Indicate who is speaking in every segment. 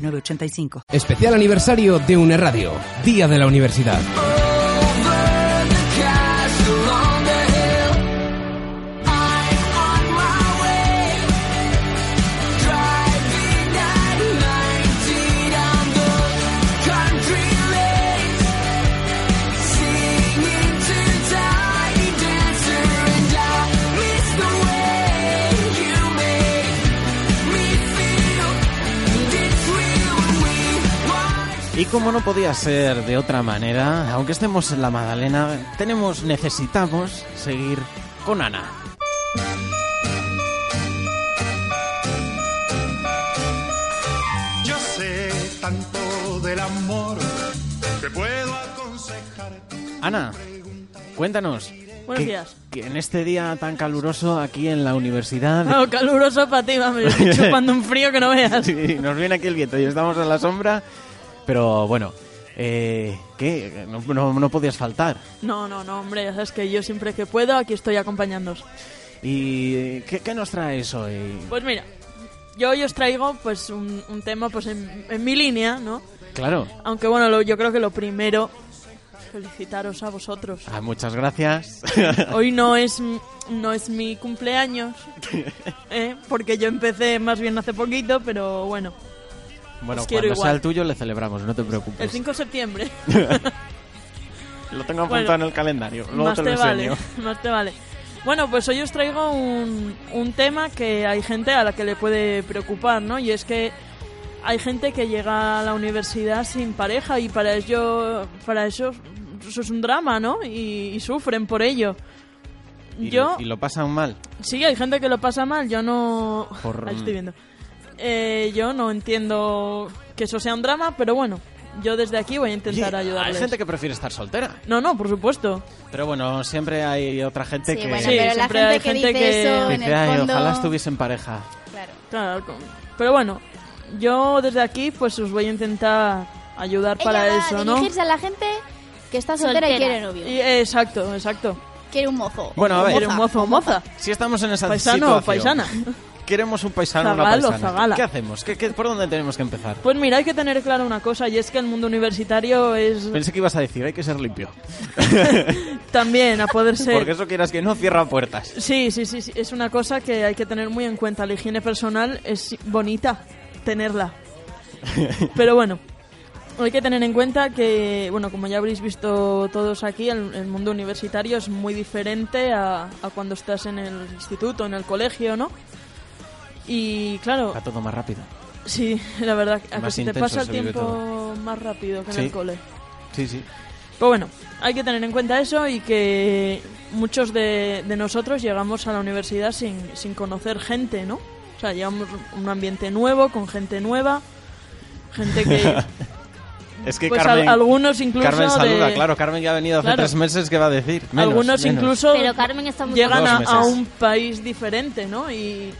Speaker 1: 985.
Speaker 2: Especial aniversario de UNE Radio, Día de la Universidad.
Speaker 3: Y como no podía ser de otra manera, aunque estemos en la Magdalena, tenemos, necesitamos seguir con Ana.
Speaker 4: Yo sé tanto del amor que puedo aconsejar.
Speaker 3: Ana, cuéntanos.
Speaker 5: Buenos
Speaker 3: que-
Speaker 5: días.
Speaker 3: Que en este día tan caluroso aquí en la universidad.
Speaker 5: Ah, caluroso para ti, mami. Estoy chupando un frío que no veas.
Speaker 3: Sí, nos viene aquí el viento y estamos en la sombra. Pero bueno, eh, ¿qué? No, no- no podías faltar.
Speaker 5: No, no, no, hombre, ya sabes que yo siempre que puedo aquí estoy acompañándoos.
Speaker 3: ¿Y eh, qué, qué nos traes hoy?
Speaker 5: Pues mira, yo hoy os traigo pues un, un tema pues en, en mi línea, ¿no?
Speaker 3: Claro.
Speaker 5: Aunque bueno, lo- yo creo que lo primero felicitaros a vosotros.
Speaker 3: Ah, muchas gracias.
Speaker 5: Hoy no es m- no es mi cumpleaños, ¿eh? porque yo empecé más bien hace poquito, pero bueno,
Speaker 3: Bueno,
Speaker 5: Os quiero
Speaker 3: cuando
Speaker 5: igual.
Speaker 3: sea el tuyo le celebramos, no te preocupes.
Speaker 5: el 5 de septiembre.
Speaker 3: Lo tengo apuntado
Speaker 5: Bueno,
Speaker 3: en el calendario, luego
Speaker 5: más
Speaker 3: te lo
Speaker 5: vale,
Speaker 3: enseño.
Speaker 5: más te vale. Bueno, pues hoy os traigo un, un tema que hay gente a la que le puede preocupar, ¿no? Y es que hay gente que llega a la universidad sin pareja y para ello, para eso, eso es un drama, ¿no? Y, y sufren por ello.
Speaker 3: Y,
Speaker 5: Yo,
Speaker 3: y lo pasan mal.
Speaker 5: sí, hay gente que lo pasa mal, yo no...
Speaker 3: Por-
Speaker 5: Ahí estoy viendo. Eh, yo no entiendo que eso sea un drama, pero bueno, yo desde aquí voy a intentar
Speaker 3: Oye,
Speaker 5: ayudarles.
Speaker 3: Hay gente que prefiere estar soltera.
Speaker 5: No, no, por supuesto.
Speaker 3: Pero bueno, siempre hay otra gente
Speaker 6: Sí,
Speaker 3: que
Speaker 6: bueno,
Speaker 5: Sí,
Speaker 6: pero la
Speaker 5: siempre hay
Speaker 6: gente que
Speaker 5: gente
Speaker 6: dice
Speaker 5: que-
Speaker 6: eso en
Speaker 3: dice,
Speaker 6: el
Speaker 3: "Ay,
Speaker 6: fondo...
Speaker 3: ojalá estuviesen pareja.
Speaker 6: Claro.
Speaker 5: Claro, con- pero bueno, yo desde aquí pues os voy a intentar ayudar para
Speaker 6: Ella va
Speaker 5: eso,
Speaker 6: a
Speaker 5: ¿no?
Speaker 6: dirigirse a la gente que está soltera, y
Speaker 7: Soltera.
Speaker 6: quiere novio.
Speaker 5: Y- exacto, exacto.
Speaker 6: Quiere un mozo.
Speaker 3: Bueno, a
Speaker 6: O
Speaker 3: ver.
Speaker 5: Quiere
Speaker 6: moza.
Speaker 5: un mozo o moza.
Speaker 3: Si estamos en esa
Speaker 5: Paisano o
Speaker 3: situación,
Speaker 5: paisana.
Speaker 3: Queremos un paisano o
Speaker 5: Zagal
Speaker 3: una
Speaker 5: o
Speaker 3: paisana.
Speaker 5: zagala.
Speaker 3: ¿Qué hacemos? ¿Qué, qué, por dónde tenemos que empezar?
Speaker 5: Pues mira, hay que tener claro una cosa y es que el mundo universitario es
Speaker 3: Pensé que ibas a decir, hay que ser limpio.
Speaker 5: también a poder
Speaker 3: Porque
Speaker 5: ser...
Speaker 3: eso quieras que no cierra puertas.
Speaker 5: Sí, sí, sí, sí, es una cosa que hay que tener muy en cuenta. La higiene personal es bonita tenerla. Pero bueno, hay que tener en cuenta que, bueno, como ya habréis visto todos aquí, el, el mundo universitario es muy diferente a, a cuando estás en el instituto, en el colegio, ¿no? Y claro,
Speaker 3: Va todo más rápido.
Speaker 5: sí, la verdad, a que
Speaker 3: Más
Speaker 5: se te
Speaker 3: intenso
Speaker 5: pasa el
Speaker 3: se vive
Speaker 5: tiempo
Speaker 3: todo.
Speaker 5: más rápido que en
Speaker 3: Sí.
Speaker 5: el cole.
Speaker 3: Sí, sí.
Speaker 5: Pero Pues bueno, hay que tener en cuenta eso y que muchos de, de nosotros llegamos a la universidad sin, sin conocer gente, ¿no? O sea, llegamos a un ambiente nuevo, con gente nueva, gente que...
Speaker 3: Es que
Speaker 5: pues
Speaker 3: Carmen,
Speaker 5: al- algunos incluso...
Speaker 3: Carmen saluda,
Speaker 5: de-
Speaker 3: claro. Carmen ya ha venido hace
Speaker 5: Claro.
Speaker 3: tres meses, ¿qué va a decir? Menos,
Speaker 5: algunos
Speaker 3: menos.
Speaker 5: incluso
Speaker 7: Pero Carmen está muy
Speaker 5: llegan
Speaker 3: Dos
Speaker 5: a,
Speaker 3: meses.
Speaker 5: a un país diferente, ¿no? Y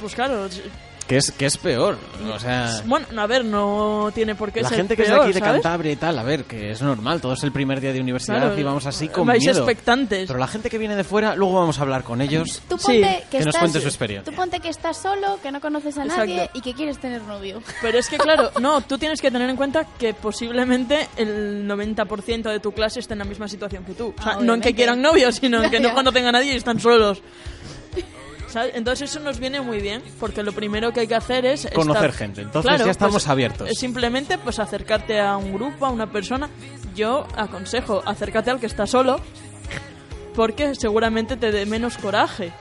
Speaker 5: pues claro, es-
Speaker 3: Que es, que es peor. O sea,
Speaker 5: bueno, a ver, no tiene por qué
Speaker 3: la
Speaker 5: ser
Speaker 3: gente que es
Speaker 5: peor,
Speaker 3: de aquí, de
Speaker 5: ¿sabes?
Speaker 3: Cantabria y tal, a ver, que es normal, todo es el primer día de universidad
Speaker 5: Claro,
Speaker 3: y vamos así con
Speaker 5: vais
Speaker 3: miedo.
Speaker 5: expectantes.
Speaker 3: Pero la gente que viene de fuera, luego vamos a hablar con ellos.
Speaker 6: Tú
Speaker 5: Sí,
Speaker 6: ponte que,
Speaker 3: que nos
Speaker 6: estás,
Speaker 3: cuente su experiencia.
Speaker 6: Tú ponte que estás solo, que no conoces a nadie
Speaker 5: Exacto.
Speaker 6: y que quieres tener novio.
Speaker 5: Pero es que, claro, no, tú tienes que tener en cuenta que posiblemente el 90% de tu clase esté en la misma situación que tú. O
Speaker 6: Ah,
Speaker 5: sea, no en que
Speaker 6: obviamente.
Speaker 5: quieran novios, sino en que no
Speaker 6: Ya.
Speaker 5: conocen a nadie y están solos. ¿Sabes? Entonces eso nos viene muy bien, porque lo primero que hay que hacer es...
Speaker 3: Conocer
Speaker 5: estar-
Speaker 3: gente. Entonces ya
Speaker 5: pues,
Speaker 3: estamos abiertos.
Speaker 5: es Simplemente pues acercarte a un grupo, a una persona. Yo aconsejo, acércate al que está solo, porque seguramente te dé menos coraje.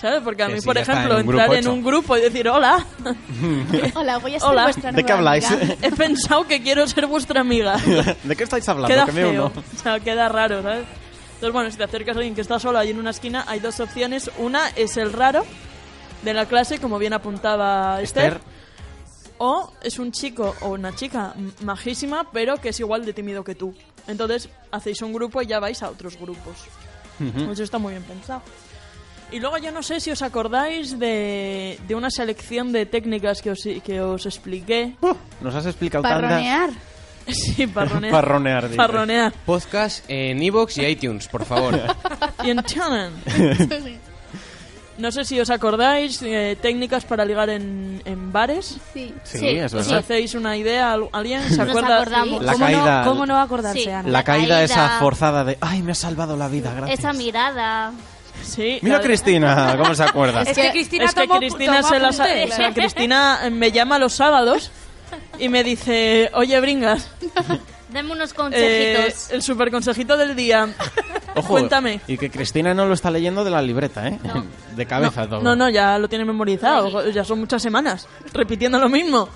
Speaker 5: ¿Sabes? Porque a
Speaker 3: Que
Speaker 5: mí,
Speaker 3: si
Speaker 5: por
Speaker 3: ya está en
Speaker 5: ejemplo,
Speaker 3: un grupo
Speaker 5: entrar en
Speaker 3: hecho.
Speaker 5: un grupo y decir, hola,
Speaker 6: Hola, voy a ser
Speaker 5: Hola.
Speaker 6: vuestra
Speaker 3: ¿De qué
Speaker 6: nueva
Speaker 3: habláis?
Speaker 6: amiga.
Speaker 5: he pensado que quiero ser vuestra amiga.
Speaker 3: ¿De qué estáis hablando?
Speaker 5: queda
Speaker 3: que me
Speaker 5: feo.
Speaker 3: uno.
Speaker 5: O sea, queda raro, ¿sabes? Entonces, bueno, si te acercas a alguien que está solo ahí en una esquina, hay dos opciones. Una es el raro de la clase, como bien apuntaba Esther.
Speaker 3: Esther,
Speaker 5: O es un chico o una chica m- majísima, pero que es igual de tímido que tú. Entonces hacéis un grupo y ya vais a otros grupos. Pues está muy bien pensado. Y luego yo no sé si os acordáis de, de una selección de técnicas que os, que os expliqué.
Speaker 3: Nos has explicado tantas.
Speaker 6: Parronear.
Speaker 5: Sí, parronear.
Speaker 3: Parronear, dice.
Speaker 5: Parronear.
Speaker 2: Podcast en Evox y iTunes, por favor.
Speaker 5: Y en Channel. No sé si os acordáis eh, técnicas para ligar en, en bares.
Speaker 6: Sí.
Speaker 3: Sí,
Speaker 7: Sí,
Speaker 3: es
Speaker 5: ¿Os
Speaker 3: verdad.
Speaker 5: hacéis una idea? ¿Al- ¿Alguien se
Speaker 7: Nos
Speaker 5: acuerda?
Speaker 7: acordamos.
Speaker 3: La
Speaker 7: ¿Cómo,
Speaker 3: caída-
Speaker 7: no, ¿Cómo no acordarse,
Speaker 6: Sí.
Speaker 7: Ana?
Speaker 3: La caída,
Speaker 6: caída.
Speaker 3: esa forzada de ay, me ha salvado la vida, gracias.
Speaker 7: Esa mirada.
Speaker 5: Sí.
Speaker 3: Mira a
Speaker 5: la-
Speaker 3: Cristina, ¿cómo se acuerda?
Speaker 7: Es
Speaker 5: que-
Speaker 7: que Cristina
Speaker 5: es que
Speaker 7: tomó-
Speaker 5: Cristina
Speaker 7: tomó
Speaker 5: se las ha-
Speaker 7: apuntes.
Speaker 5: o sea, Cristina me llama los sábados y me dice, oye, bringas,
Speaker 7: Dame unos
Speaker 5: eh,
Speaker 7: consejitos.
Speaker 5: el super consejito del día.
Speaker 3: Ojo,
Speaker 5: Cuéntame.
Speaker 3: Y que Cristina no lo está leyendo de la libreta, ¿eh? De cabeza todo.
Speaker 5: No, no, ya lo tiene memorizado. jo- Ya son muchas semanas repitiendo lo mismo.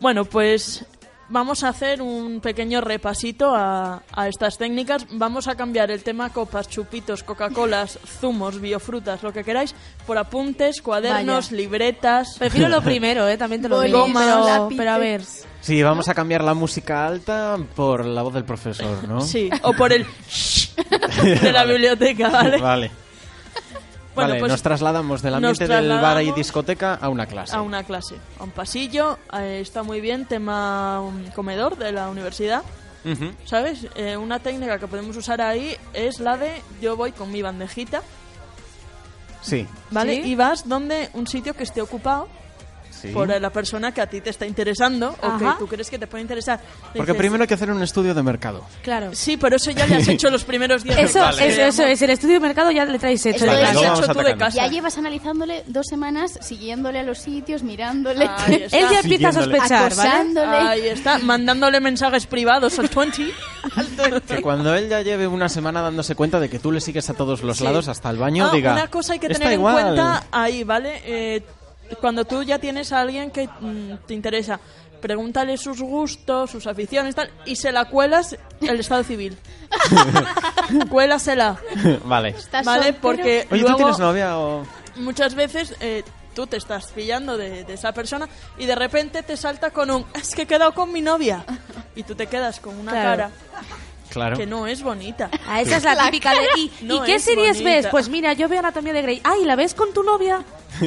Speaker 5: Bueno, pues vamos a hacer un pequeño repasito a, a estas técnicas. Vamos a cambiar el tema copas, chupitos, Coca-Colas, zumos, biofrutas, lo que queráis, por apuntes, cuadernos,
Speaker 7: Vaya.
Speaker 5: libretas.
Speaker 7: Prefiero lo primero, eh, también te lo
Speaker 6: Bolis,
Speaker 7: digo.
Speaker 6: pero-
Speaker 7: Pero, pero a ver.
Speaker 3: Sí, vamos a cambiar la música alta por la voz del profesor, ¿no?
Speaker 5: Sí, o por el shh de la biblioteca, ¿vale?
Speaker 3: Vale.
Speaker 5: Bueno,
Speaker 3: Vale,
Speaker 5: pues
Speaker 3: nos trasladamos del
Speaker 5: nos
Speaker 3: ambiente del bar y
Speaker 5: trasladamos
Speaker 3: discoteca a una clase.
Speaker 5: a una clase, a un pasillo, eh, está muy bien, tema um, comedor de la universidad.
Speaker 3: Ujú.
Speaker 5: ¿Sabes? Eh, una técnica que podemos usar ahí es la de yo voy con mi bandejita,
Speaker 3: Sí,
Speaker 5: ¿vale?
Speaker 7: Sí.
Speaker 5: Y vas donde un sitio que esté ocupado
Speaker 3: sí.
Speaker 5: por eh, la persona que a ti te está interesando o que
Speaker 7: Ajá.
Speaker 5: tú crees que te puede interesar.
Speaker 3: Porque
Speaker 5: Dices,
Speaker 3: primero hay que hacer un estudio de mercado.
Speaker 7: Claro.
Speaker 5: Sí, pero eso ya le has hecho los primeros días. de
Speaker 7: Eso,
Speaker 5: clase,
Speaker 7: eso,
Speaker 5: amor.
Speaker 7: eso es. El estudio de mercado ya le traes hecho.
Speaker 6: Eso es.
Speaker 5: Lo
Speaker 7: de
Speaker 5: has
Speaker 7: clase.
Speaker 6: Luego
Speaker 5: hecho tú de
Speaker 3: atacando.
Speaker 5: casa.
Speaker 6: Ya llevas analizándole dos semanas, siguiéndole a los sitios, mirándole,
Speaker 5: Ahí está.
Speaker 7: Él ya empieza a
Speaker 3: Siguiéndole.
Speaker 7: sospechar, ¿vale?
Speaker 6: acosándole.
Speaker 5: Ahí está, mandándole mensajes privados al 20.
Speaker 3: Que cuando él ya lleve una semana dándose cuenta de que tú le sigues a todos los
Speaker 5: Sí.
Speaker 3: lados hasta el baño,
Speaker 5: Ah,
Speaker 3: diga.
Speaker 5: Una cosa hay que
Speaker 3: "Está
Speaker 5: tener en
Speaker 3: igual".
Speaker 5: cuenta ahí, ¿vale? Eh, cuando tú ya tienes a alguien que mm, te interesa, pregúntale sus gustos, sus aficiones, tal, y se la cuelas el Estado civil. Cuélasela,
Speaker 3: vale.
Speaker 6: ¿Estás
Speaker 5: ¿vale?
Speaker 6: soltero?
Speaker 5: Porque
Speaker 3: Oye,
Speaker 5: luego
Speaker 3: ¿tú tienes novia o.?
Speaker 5: muchas veces eh, tú te estás pillando de, de esa persona y de repente te salta con un es que he quedado con mi novia y tú te quedas con una
Speaker 7: Claro.
Speaker 5: cara
Speaker 3: Claro.
Speaker 5: que no es bonita.
Speaker 7: Ah, esa es la típica de... ¿Y, y
Speaker 5: No
Speaker 7: qué
Speaker 5: es
Speaker 7: series
Speaker 5: bonita.
Speaker 7: ves? Pues mira, yo veo Anatomía de Grey. Ay, ¿la ves con tu novia?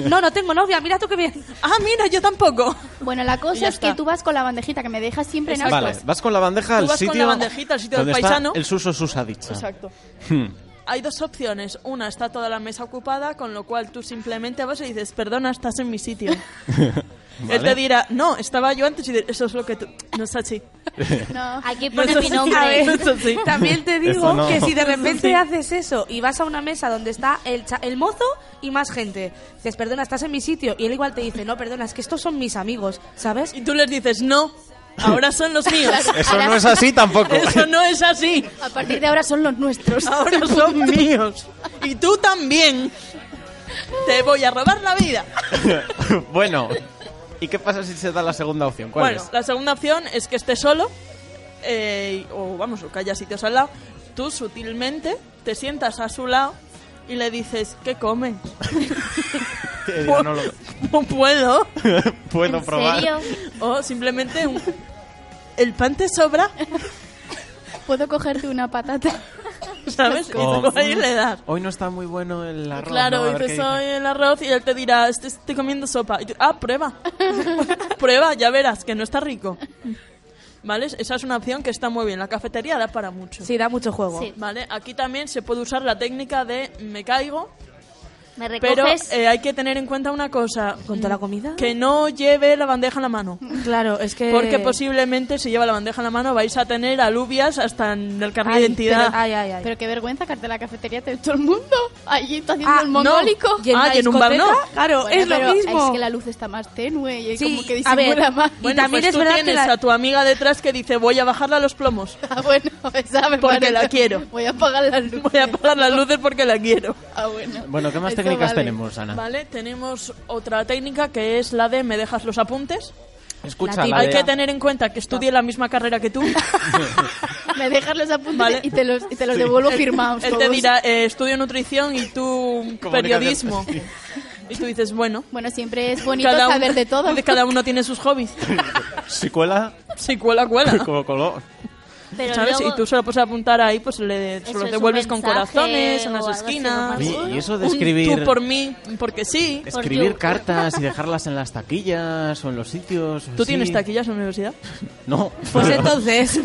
Speaker 7: No, no tengo novia, mira tú qué bien.
Speaker 5: Ah, mira, yo tampoco.
Speaker 6: Bueno, la
Speaker 5: Y
Speaker 6: cosa
Speaker 5: ya
Speaker 6: es que
Speaker 5: está.
Speaker 6: tú vas con la bandejita que me dejas siempre en
Speaker 5: Exacto.
Speaker 3: Vale,
Speaker 6: ascuas.
Speaker 3: vas con la bandeja
Speaker 5: Tú
Speaker 3: al
Speaker 5: vas con
Speaker 3: sitio.
Speaker 5: la bandejita al sitio del
Speaker 3: donde está
Speaker 5: paisano.
Speaker 3: el suso susa dicha.
Speaker 5: Exacto.
Speaker 3: Hmm.
Speaker 5: Hay dos opciones. Una, está toda la mesa ocupada, con lo cual tú simplemente vas y dices, perdona, estás en mi sitio. Él te
Speaker 3: Vale.
Speaker 5: dirá, no, estaba yo antes y dir- eso es lo que tú... No es así.
Speaker 6: No.
Speaker 7: Aquí
Speaker 5: No es
Speaker 7: pone mi
Speaker 5: así. A
Speaker 7: nombre.
Speaker 5: ver, eso sí.
Speaker 7: También te digo
Speaker 3: Eso no.
Speaker 7: que si de repente haces eso y vas a una mesa donde está el, cha- el mozo y más gente, dices, perdona, estás en mi sitio, y él igual te dice, no, perdona, es que estos son mis amigos, ¿sabes?
Speaker 5: Y tú les dices, no, ahora son los míos.
Speaker 3: Eso no es así tampoco.
Speaker 5: Eso no es así.
Speaker 6: A partir de ahora son los nuestros.
Speaker 5: Ahora son míos. Y tú también. Te voy a robar la vida.
Speaker 3: bueno, ¿y qué pasa si se da la segunda opción? ¿Cuál
Speaker 5: Bueno,
Speaker 3: es?
Speaker 5: la segunda opción es que estés solo, eh, o vamos, o que haya sitios al lado. Tú sutilmente te sientas a su lado y le dices, ¿qué comes?
Speaker 3: Que yo no lo
Speaker 5: No puedo.
Speaker 3: puedo
Speaker 7: ¿En
Speaker 3: probar.
Speaker 7: serio?
Speaker 5: O simplemente un- el pan te sobra,
Speaker 6: Puedo cogerte una patata.
Speaker 5: ¿sabes? Y
Speaker 3: O,
Speaker 5: tú ahí le das.
Speaker 3: Oh. Hoy no está muy bueno el arroz. ¿no? A
Speaker 5: Claro,
Speaker 3: ver
Speaker 5: dices,
Speaker 3: qué dice".
Speaker 5: soy el arroz y él te dirá, "Este- estoy comiendo sopa. Y tú, ah, prueba. prueba, ya verás, que no está rico. ¿Vale? Esa es una opción que está muy bien. La cafetería da para mucho.
Speaker 7: Sí, da mucho juego.
Speaker 6: Sí.
Speaker 5: ¿Vale? Aquí también se puede usar la técnica de me caigo,
Speaker 7: ¿Me
Speaker 5: pero eh, hay que tener en cuenta una cosa.
Speaker 7: ¿Con toda la comida?
Speaker 5: Que no lleve la bandeja en la mano.
Speaker 7: Claro, es que...
Speaker 5: Porque posiblemente si lleva la bandeja en la mano vais a tener alubias hasta en el carnet
Speaker 7: Ay,
Speaker 5: de identidad.
Speaker 7: pero- ay, ay, ay.
Speaker 6: Pero qué vergüenza, cartel la cafetería te todo el mundo. Allí está haciendo
Speaker 7: Ah,
Speaker 6: el
Speaker 7: no.
Speaker 6: mongólico.
Speaker 5: Y en Ah,
Speaker 7: la
Speaker 5: y en un bar no.
Speaker 7: discoteca, Claro,
Speaker 6: Bueno,
Speaker 7: es lo
Speaker 6: pero
Speaker 7: mismo.
Speaker 6: Es que la luz está más tenue y
Speaker 7: Sí,
Speaker 6: como que
Speaker 7: a ver,
Speaker 6: disimula más.
Speaker 7: y
Speaker 5: Bueno,
Speaker 7: también
Speaker 5: pues
Speaker 7: es
Speaker 5: tú
Speaker 7: verdad que
Speaker 5: tienes
Speaker 7: la-
Speaker 5: a tu amiga detrás que dice voy a bajarla a los plomos.
Speaker 6: Ah, bueno, esa me
Speaker 5: Porque
Speaker 6: parece.
Speaker 5: la quiero.
Speaker 6: Voy a apagar las luces.
Speaker 5: Voy a apagar las luces porque la quiero.
Speaker 6: Ah, bueno.
Speaker 3: Bueno, ¿qué más
Speaker 6: Eso
Speaker 3: técnicas
Speaker 6: vale.
Speaker 3: tenemos, Ana?
Speaker 5: Vale, tenemos otra técnica que es la de me dejas los apuntes.
Speaker 3: Escucha,
Speaker 7: La
Speaker 3: la
Speaker 7: típica.
Speaker 5: Hay
Speaker 3: de-
Speaker 5: que tener en cuenta que estudié la misma carrera que tú.
Speaker 6: Me dejas los apuntes
Speaker 5: Vale.
Speaker 6: y te los, y te los devuelvo firmados.
Speaker 5: Él te
Speaker 6: todos.
Speaker 5: dirá eh, estudio nutrición y tú
Speaker 3: Comunicación.
Speaker 5: periodismo. Y tú dices, bueno.
Speaker 6: Bueno, siempre es bonito saber de todo.
Speaker 5: Cada uno tiene sus hobbies.
Speaker 3: Si cuela,
Speaker 5: Si cuela, cuela.
Speaker 3: como coló.
Speaker 8: Pero
Speaker 5: ¿Sabes?
Speaker 8: luego-
Speaker 5: Y tú solo puedes apuntar ahí, pues le
Speaker 8: Eso
Speaker 5: solo
Speaker 8: es
Speaker 5: te vuelves
Speaker 8: un
Speaker 5: con
Speaker 8: mensaje
Speaker 5: corazones en
Speaker 8: o
Speaker 5: las
Speaker 8: algo así,
Speaker 5: esquinas.
Speaker 8: ¿no?
Speaker 3: Y, y eso de
Speaker 5: Ah, Un
Speaker 3: escribir,
Speaker 5: Tú por mí, porque sí.
Speaker 3: escribir
Speaker 8: Por
Speaker 3: cartas y dejarlas en las taquillas o en los sitios. o
Speaker 5: ¿Tú
Speaker 3: así.
Speaker 5: tienes taquillas en la universidad?
Speaker 3: No.
Speaker 7: Pues entonces,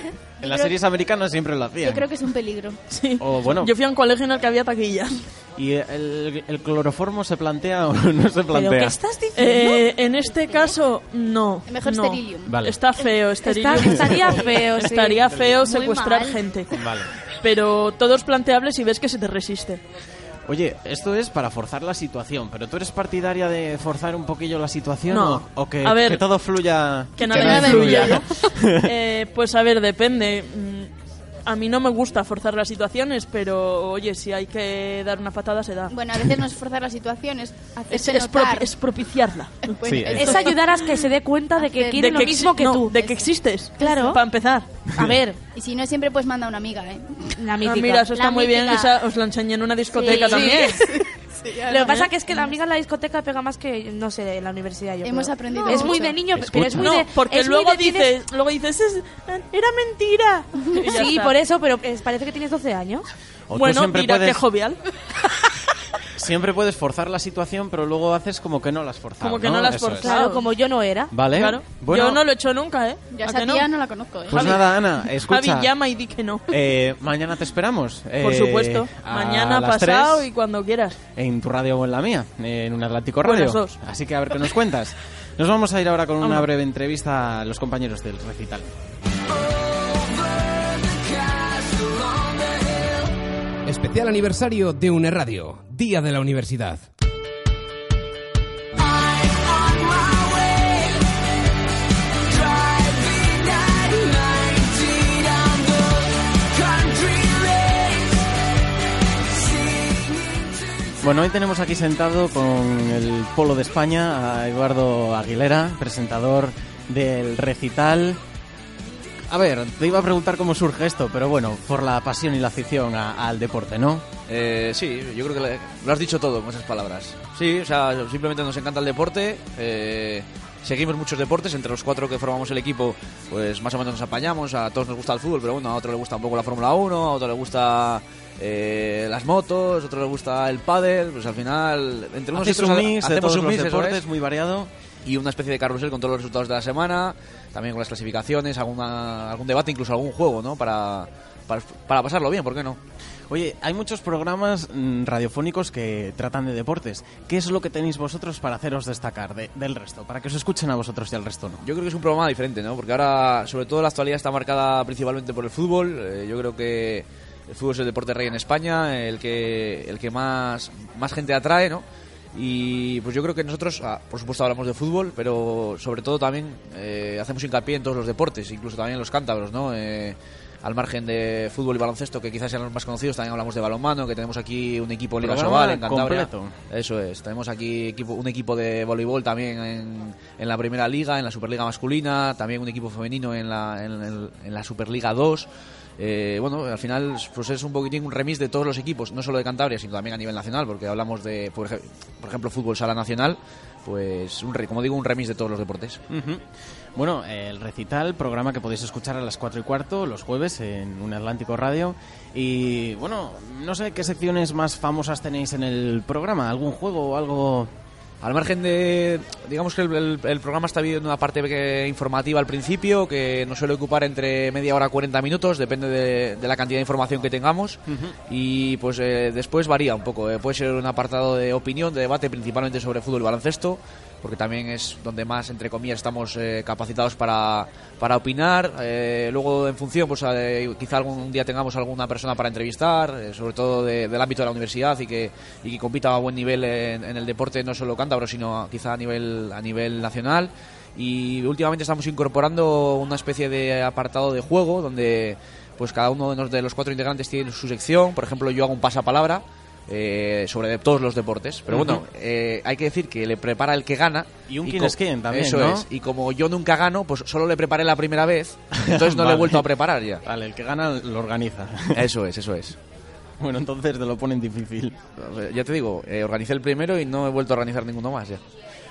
Speaker 3: en las series americanas siempre lo hacían.
Speaker 6: Yo creo que es un peligro.
Speaker 5: Sí.
Speaker 3: O bueno,
Speaker 5: Yo fui a un colegio en el que había taquillas.
Speaker 3: ¿y el, el cloroformo se plantea o no se
Speaker 7: ¿pero qué
Speaker 3: plantea?
Speaker 7: estás diciendo?
Speaker 5: Eh, en este caso, no.
Speaker 6: Mejor
Speaker 5: no.
Speaker 6: Sterilium.
Speaker 3: Vale.
Speaker 5: Está feo,
Speaker 7: Está-
Speaker 5: esterilio.
Speaker 7: estaría feo, sí.
Speaker 5: Estaría feo secuestrar
Speaker 8: mal.
Speaker 5: gente.
Speaker 3: Vale.
Speaker 5: Pero todos planteables y ves que se te resiste.
Speaker 3: Oye, esto es para forzar la situación, pero tú eres partidaria de forzar un poquillo la situación
Speaker 5: No.
Speaker 3: o, o que,
Speaker 5: A ver.
Speaker 3: que todo fluya.
Speaker 5: Que
Speaker 6: Que
Speaker 5: nada
Speaker 6: nada
Speaker 5: influya. Eh, pues a ver, depende. Mm, A mí no me gusta forzar las situaciones, pero oye, si hay que dar una patada, se da.
Speaker 6: Bueno, a veces no es forzar las situaciones,
Speaker 5: es,
Speaker 6: hacerse
Speaker 5: es propi-
Speaker 6: notar.
Speaker 5: es propiciarla.
Speaker 6: Bueno,
Speaker 3: Sí,
Speaker 6: eso-
Speaker 7: Es ayudar a que se dé cuenta de que
Speaker 6: De-
Speaker 7: quiere
Speaker 5: De
Speaker 7: lo
Speaker 5: exi-
Speaker 7: mismo que
Speaker 5: no,
Speaker 7: tú.
Speaker 5: De que existes.
Speaker 7: Claro.
Speaker 5: Para empezar.
Speaker 7: A ver,
Speaker 6: Y si no, siempre pues manda a una amiga, ¿eh?
Speaker 7: la
Speaker 5: Ah,
Speaker 7: mítica.
Speaker 5: mira, eso
Speaker 8: La
Speaker 5: está muy bien.
Speaker 8: mítica.
Speaker 5: esa os la enseñé en una discoteca
Speaker 8: Sí.
Speaker 5: también.
Speaker 7: Lo que pasa que es que la amiga en la discoteca pega más que, no sé, en la universidad. Yo
Speaker 6: Hemos
Speaker 7: creo.
Speaker 6: aprendido
Speaker 7: Es muy
Speaker 6: mucho.
Speaker 7: de niño,
Speaker 3: Escucha.
Speaker 7: pero es muy
Speaker 5: no,
Speaker 7: de.
Speaker 5: porque
Speaker 7: es muy
Speaker 5: luego
Speaker 7: de tienes-
Speaker 5: dices, luego dices, "Es- era mentira. Y ya
Speaker 7: Sí,
Speaker 5: está.
Speaker 7: por eso, pero es- parece que tienes 12 años.
Speaker 3: O tú
Speaker 5: Bueno,
Speaker 3: siempre
Speaker 5: mira qué
Speaker 3: puedes,
Speaker 5: jovial.
Speaker 3: siempre puedes forzar la situación, pero luego haces como que no las forzas.
Speaker 5: Como que no la has forzado.
Speaker 7: Claro, como yo no era.
Speaker 3: Vale.
Speaker 5: Claro.
Speaker 3: Bueno,
Speaker 5: Yo no lo he hecho nunca, ¿eh?
Speaker 6: Yo a
Speaker 5: ¿A
Speaker 6: esa
Speaker 5: que
Speaker 6: tía no la conozco, ¿eh?
Speaker 3: Pues nada, Ana, escucha.
Speaker 5: Javi, llama y di que no.
Speaker 3: eh, mañana te esperamos.
Speaker 5: Por
Speaker 3: eh,
Speaker 5: supuesto.
Speaker 3: a
Speaker 5: Mañana,
Speaker 3: las
Speaker 5: pasado
Speaker 3: tres.
Speaker 5: y cuando quieras.
Speaker 3: en tu radio o en la mía, en un Atlántico
Speaker 5: Bueno,
Speaker 3: Radio.
Speaker 5: los dos.
Speaker 3: Así que a ver qué nos cuentas. Nos vamos a ir ahora con una
Speaker 5: Vámonos.
Speaker 3: breve entrevista a los compañeros del recital.
Speaker 2: Especial aniversario de UNE Radio, Día de la Universidad.
Speaker 3: Bueno, hoy tenemos aquí sentado con el Polo de España a Eduardo Aguilera, presentador del recital. A ver, te iba a preguntar cómo surge esto, pero bueno, por la pasión y la afición a- al deporte, ¿no?
Speaker 9: Eh, sí, yo creo que le- lo has dicho todo con esas palabras. Sí, o sea, simplemente nos encanta el deporte. eh, seguimos muchos deportes. Entre los cuatro que formamos el equipo, pues más o menos nos apañamos. A todos nos gusta el fútbol, pero bueno, a otro le gusta un poco la Fórmula 1, a otro le gusta eh, las motos, a otro le gusta el pádel. Pues al final, entre unos y
Speaker 3: Hacéis
Speaker 9: otros
Speaker 3: un
Speaker 9: ha-
Speaker 3: mix de
Speaker 9: hacemos
Speaker 3: todos
Speaker 9: un
Speaker 3: los
Speaker 9: mix, eso
Speaker 3: deportes
Speaker 9: es,
Speaker 3: muy variado.
Speaker 9: y una especie de carrusel con todos los resultados de la semana, también con las clasificaciones, alguna, algún debate, incluso algún juego, ¿no? Para, para, para pasarlo bien, ¿por qué no?
Speaker 3: Oye, hay muchos programas mm, radiofónicos que tratan de deportes. ¿Qué es lo que tenéis vosotros para haceros destacar de- del resto? Para que os escuchen a vosotros y al resto no.
Speaker 9: Yo creo que es un programa diferente, ¿no? Porque ahora, sobre todo, la actualidad está marcada principalmente por el fútbol. Eh, yo creo que el fútbol es el deporte rey en España, el que, el que más, más gente atrae, ¿no? Y pues yo creo que nosotros, ah, por supuesto, hablamos de fútbol, pero sobre todo también eh, hacemos hincapié en todos los deportes, incluso también en los cántabros, ¿no? Eh, al margen de fútbol y baloncesto, que quizás sean los más conocidos, también hablamos de balonmano, que tenemos aquí un equipo en Liga
Speaker 3: Programa
Speaker 9: Sobal, en Cantabria.
Speaker 3: completo.
Speaker 9: Eso es, tenemos aquí equipo- un equipo de voleibol también en, en la primera liga, en la Superliga masculina, también un equipo femenino en la, en, el- en la Superliga 2. Eh, bueno, al final pues es un poquitín un remis de todos los equipos, no solo de Cantabria, sino también a nivel nacional, porque hablamos de, por, ej- por ejemplo, fútbol sala nacional, pues un, re- como digo, un remis de todos los deportes.
Speaker 3: Ujú. Bueno, eh, el recital, programa que podéis escuchar a las 4 y cuarto los jueves en Un Atlántico Radio. Y bueno, no sé qué secciones más famosas tenéis en el programa. ¿Algún juego o algo?
Speaker 9: Al margen de, digamos que el, el- el programa está viviendo una parte que- informativa al principio, que nos suele ocupar entre media hora y 40 minutos, depende de, de la cantidad de información que tengamos, y pues eh, después varía un poco. eh, puede ser un apartado de opinión, de debate, principalmente sobre fútbol y baloncesto, porque también es donde más, entre comillas, estamos eh, capacitados para, para opinar. Eh, luego, en función, pues eh, quizá algún día tengamos alguna persona para entrevistar, eh, sobre todo de- del ámbito de la universidad y que, y que compita a buen nivel en, en el deporte, no solo cántabro, sino quizá a nivel, a nivel nacional. Y últimamente estamos incorporando una especie de apartado de juego donde pues cada uno de los, de los cuatro integrantes tiene su sección. Por ejemplo, yo hago un pasapalabra eh, sobre de- todos los deportes. Pero bueno,
Speaker 3: Ujú.
Speaker 9: eh, hay que decir que le prepara el que gana.
Speaker 3: Y un
Speaker 9: co-
Speaker 3: quién es quién también,
Speaker 9: Eso
Speaker 3: ¿no?
Speaker 9: es. Y como yo nunca gano, pues solo le preparé la primera vez. Entonces no le
Speaker 3: Vale.
Speaker 9: he vuelto a preparar ya.
Speaker 3: Vale, el que gana lo organiza.
Speaker 9: Eso es, eso es.
Speaker 10: Bueno, entonces te lo ponen difícil.
Speaker 9: O sea, Ya te digo, eh, organicé el primero y no he vuelto a organizar ninguno más ya.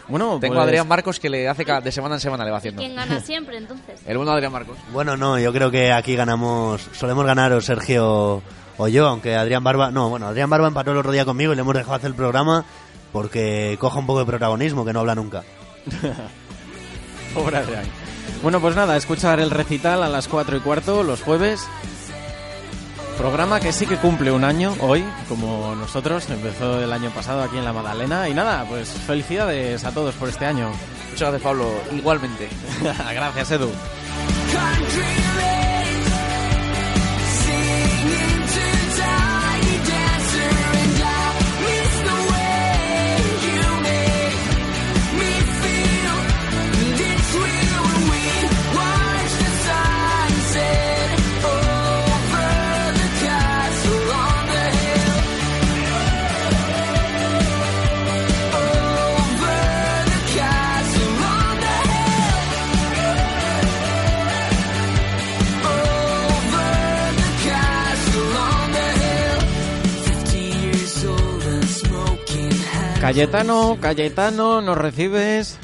Speaker 10: Bueno,
Speaker 9: Tengo
Speaker 10: pues-
Speaker 9: a Adrián Marcos que le hace ca- de semana en semana le va haciendo.
Speaker 11: ¿Quién gana siempre entonces?
Speaker 9: El bueno de Adrián Marcos.
Speaker 12: Bueno, no, yo creo que aquí ganamos, solemos ganar o Sergio o yo, aunque Adrián Barba, no, bueno, Adrián Barba empató el otro día conmigo y le hemos dejado hacer el programa porque coja un poco de protagonismo, que no habla nunca.
Speaker 10: Pobre Adrián. Bueno, pues nada, escuchar el recital a las 4 y cuarto los jueves. Programa que sí que cumple un año hoy, como nosotros. Empezó el año pasado aquí en La Madalena. Y nada, pues felicidades a todos por este año.
Speaker 9: Muchas gracias Pablo, igualmente.
Speaker 10: Gracias, Edu. Cayetano, Cayetano, ¿nos recibes?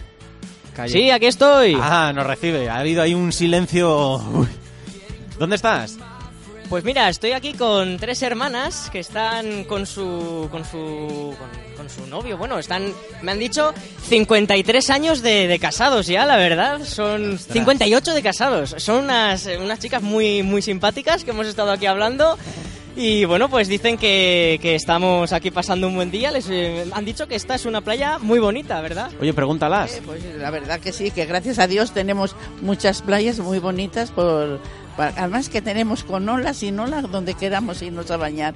Speaker 10: Calle-
Speaker 13: Sí, aquí estoy.
Speaker 10: Ah, nos recibe. Ha habido ahí un silencio. Uy. ¿Dónde estás?
Speaker 13: Pues mira, estoy aquí con tres hermanas que están con su con su con, con su novio. Bueno, están me han dicho 53 años de, de casados ya, la verdad. Son 58 de casados. Son unas unas chicas muy muy simpáticas que hemos estado aquí hablando. Y bueno, pues dicen que, que estamos aquí pasando un buen día. Les eh, han dicho que esta es una playa muy bonita, ¿verdad?
Speaker 10: Oye, pregúntalas.
Speaker 14: Pues la verdad que sí, que gracias a Dios tenemos muchas playas muy bonitas, por, pa- además que tenemos con olas y olas donde queramos irnos a bañar.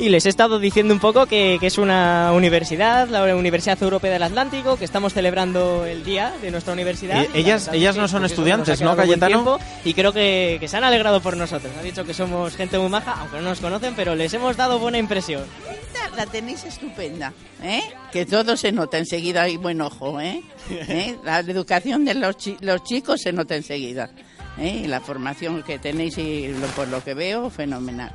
Speaker 13: Y les he estado diciendo un poco que, que es una universidad, la Universidad Europea del Atlántico, que estamos celebrando el día de nuestra universidad.
Speaker 10: Eh, ellas- ellas no son
Speaker 13: Porque eso
Speaker 10: estudiantes,
Speaker 13: nos ha
Speaker 10: ¿no,
Speaker 13: quedado buen
Speaker 10: Cayetano?
Speaker 13: tiempo Y creo que, que se han alegrado por nosotros. Ha dicho que somos gente muy maja, aunque no nos conocen, pero les hemos dado buena impresión.
Speaker 14: La tenéis estupenda, ¿eh? Que todo se nota enseguida, hay buen ojo, ¿eh? ¿Eh? La educación de los, chi- los chicos se nota enseguida, ¿eh? Y la formación que tenéis y lo- por lo que veo, fenomenal.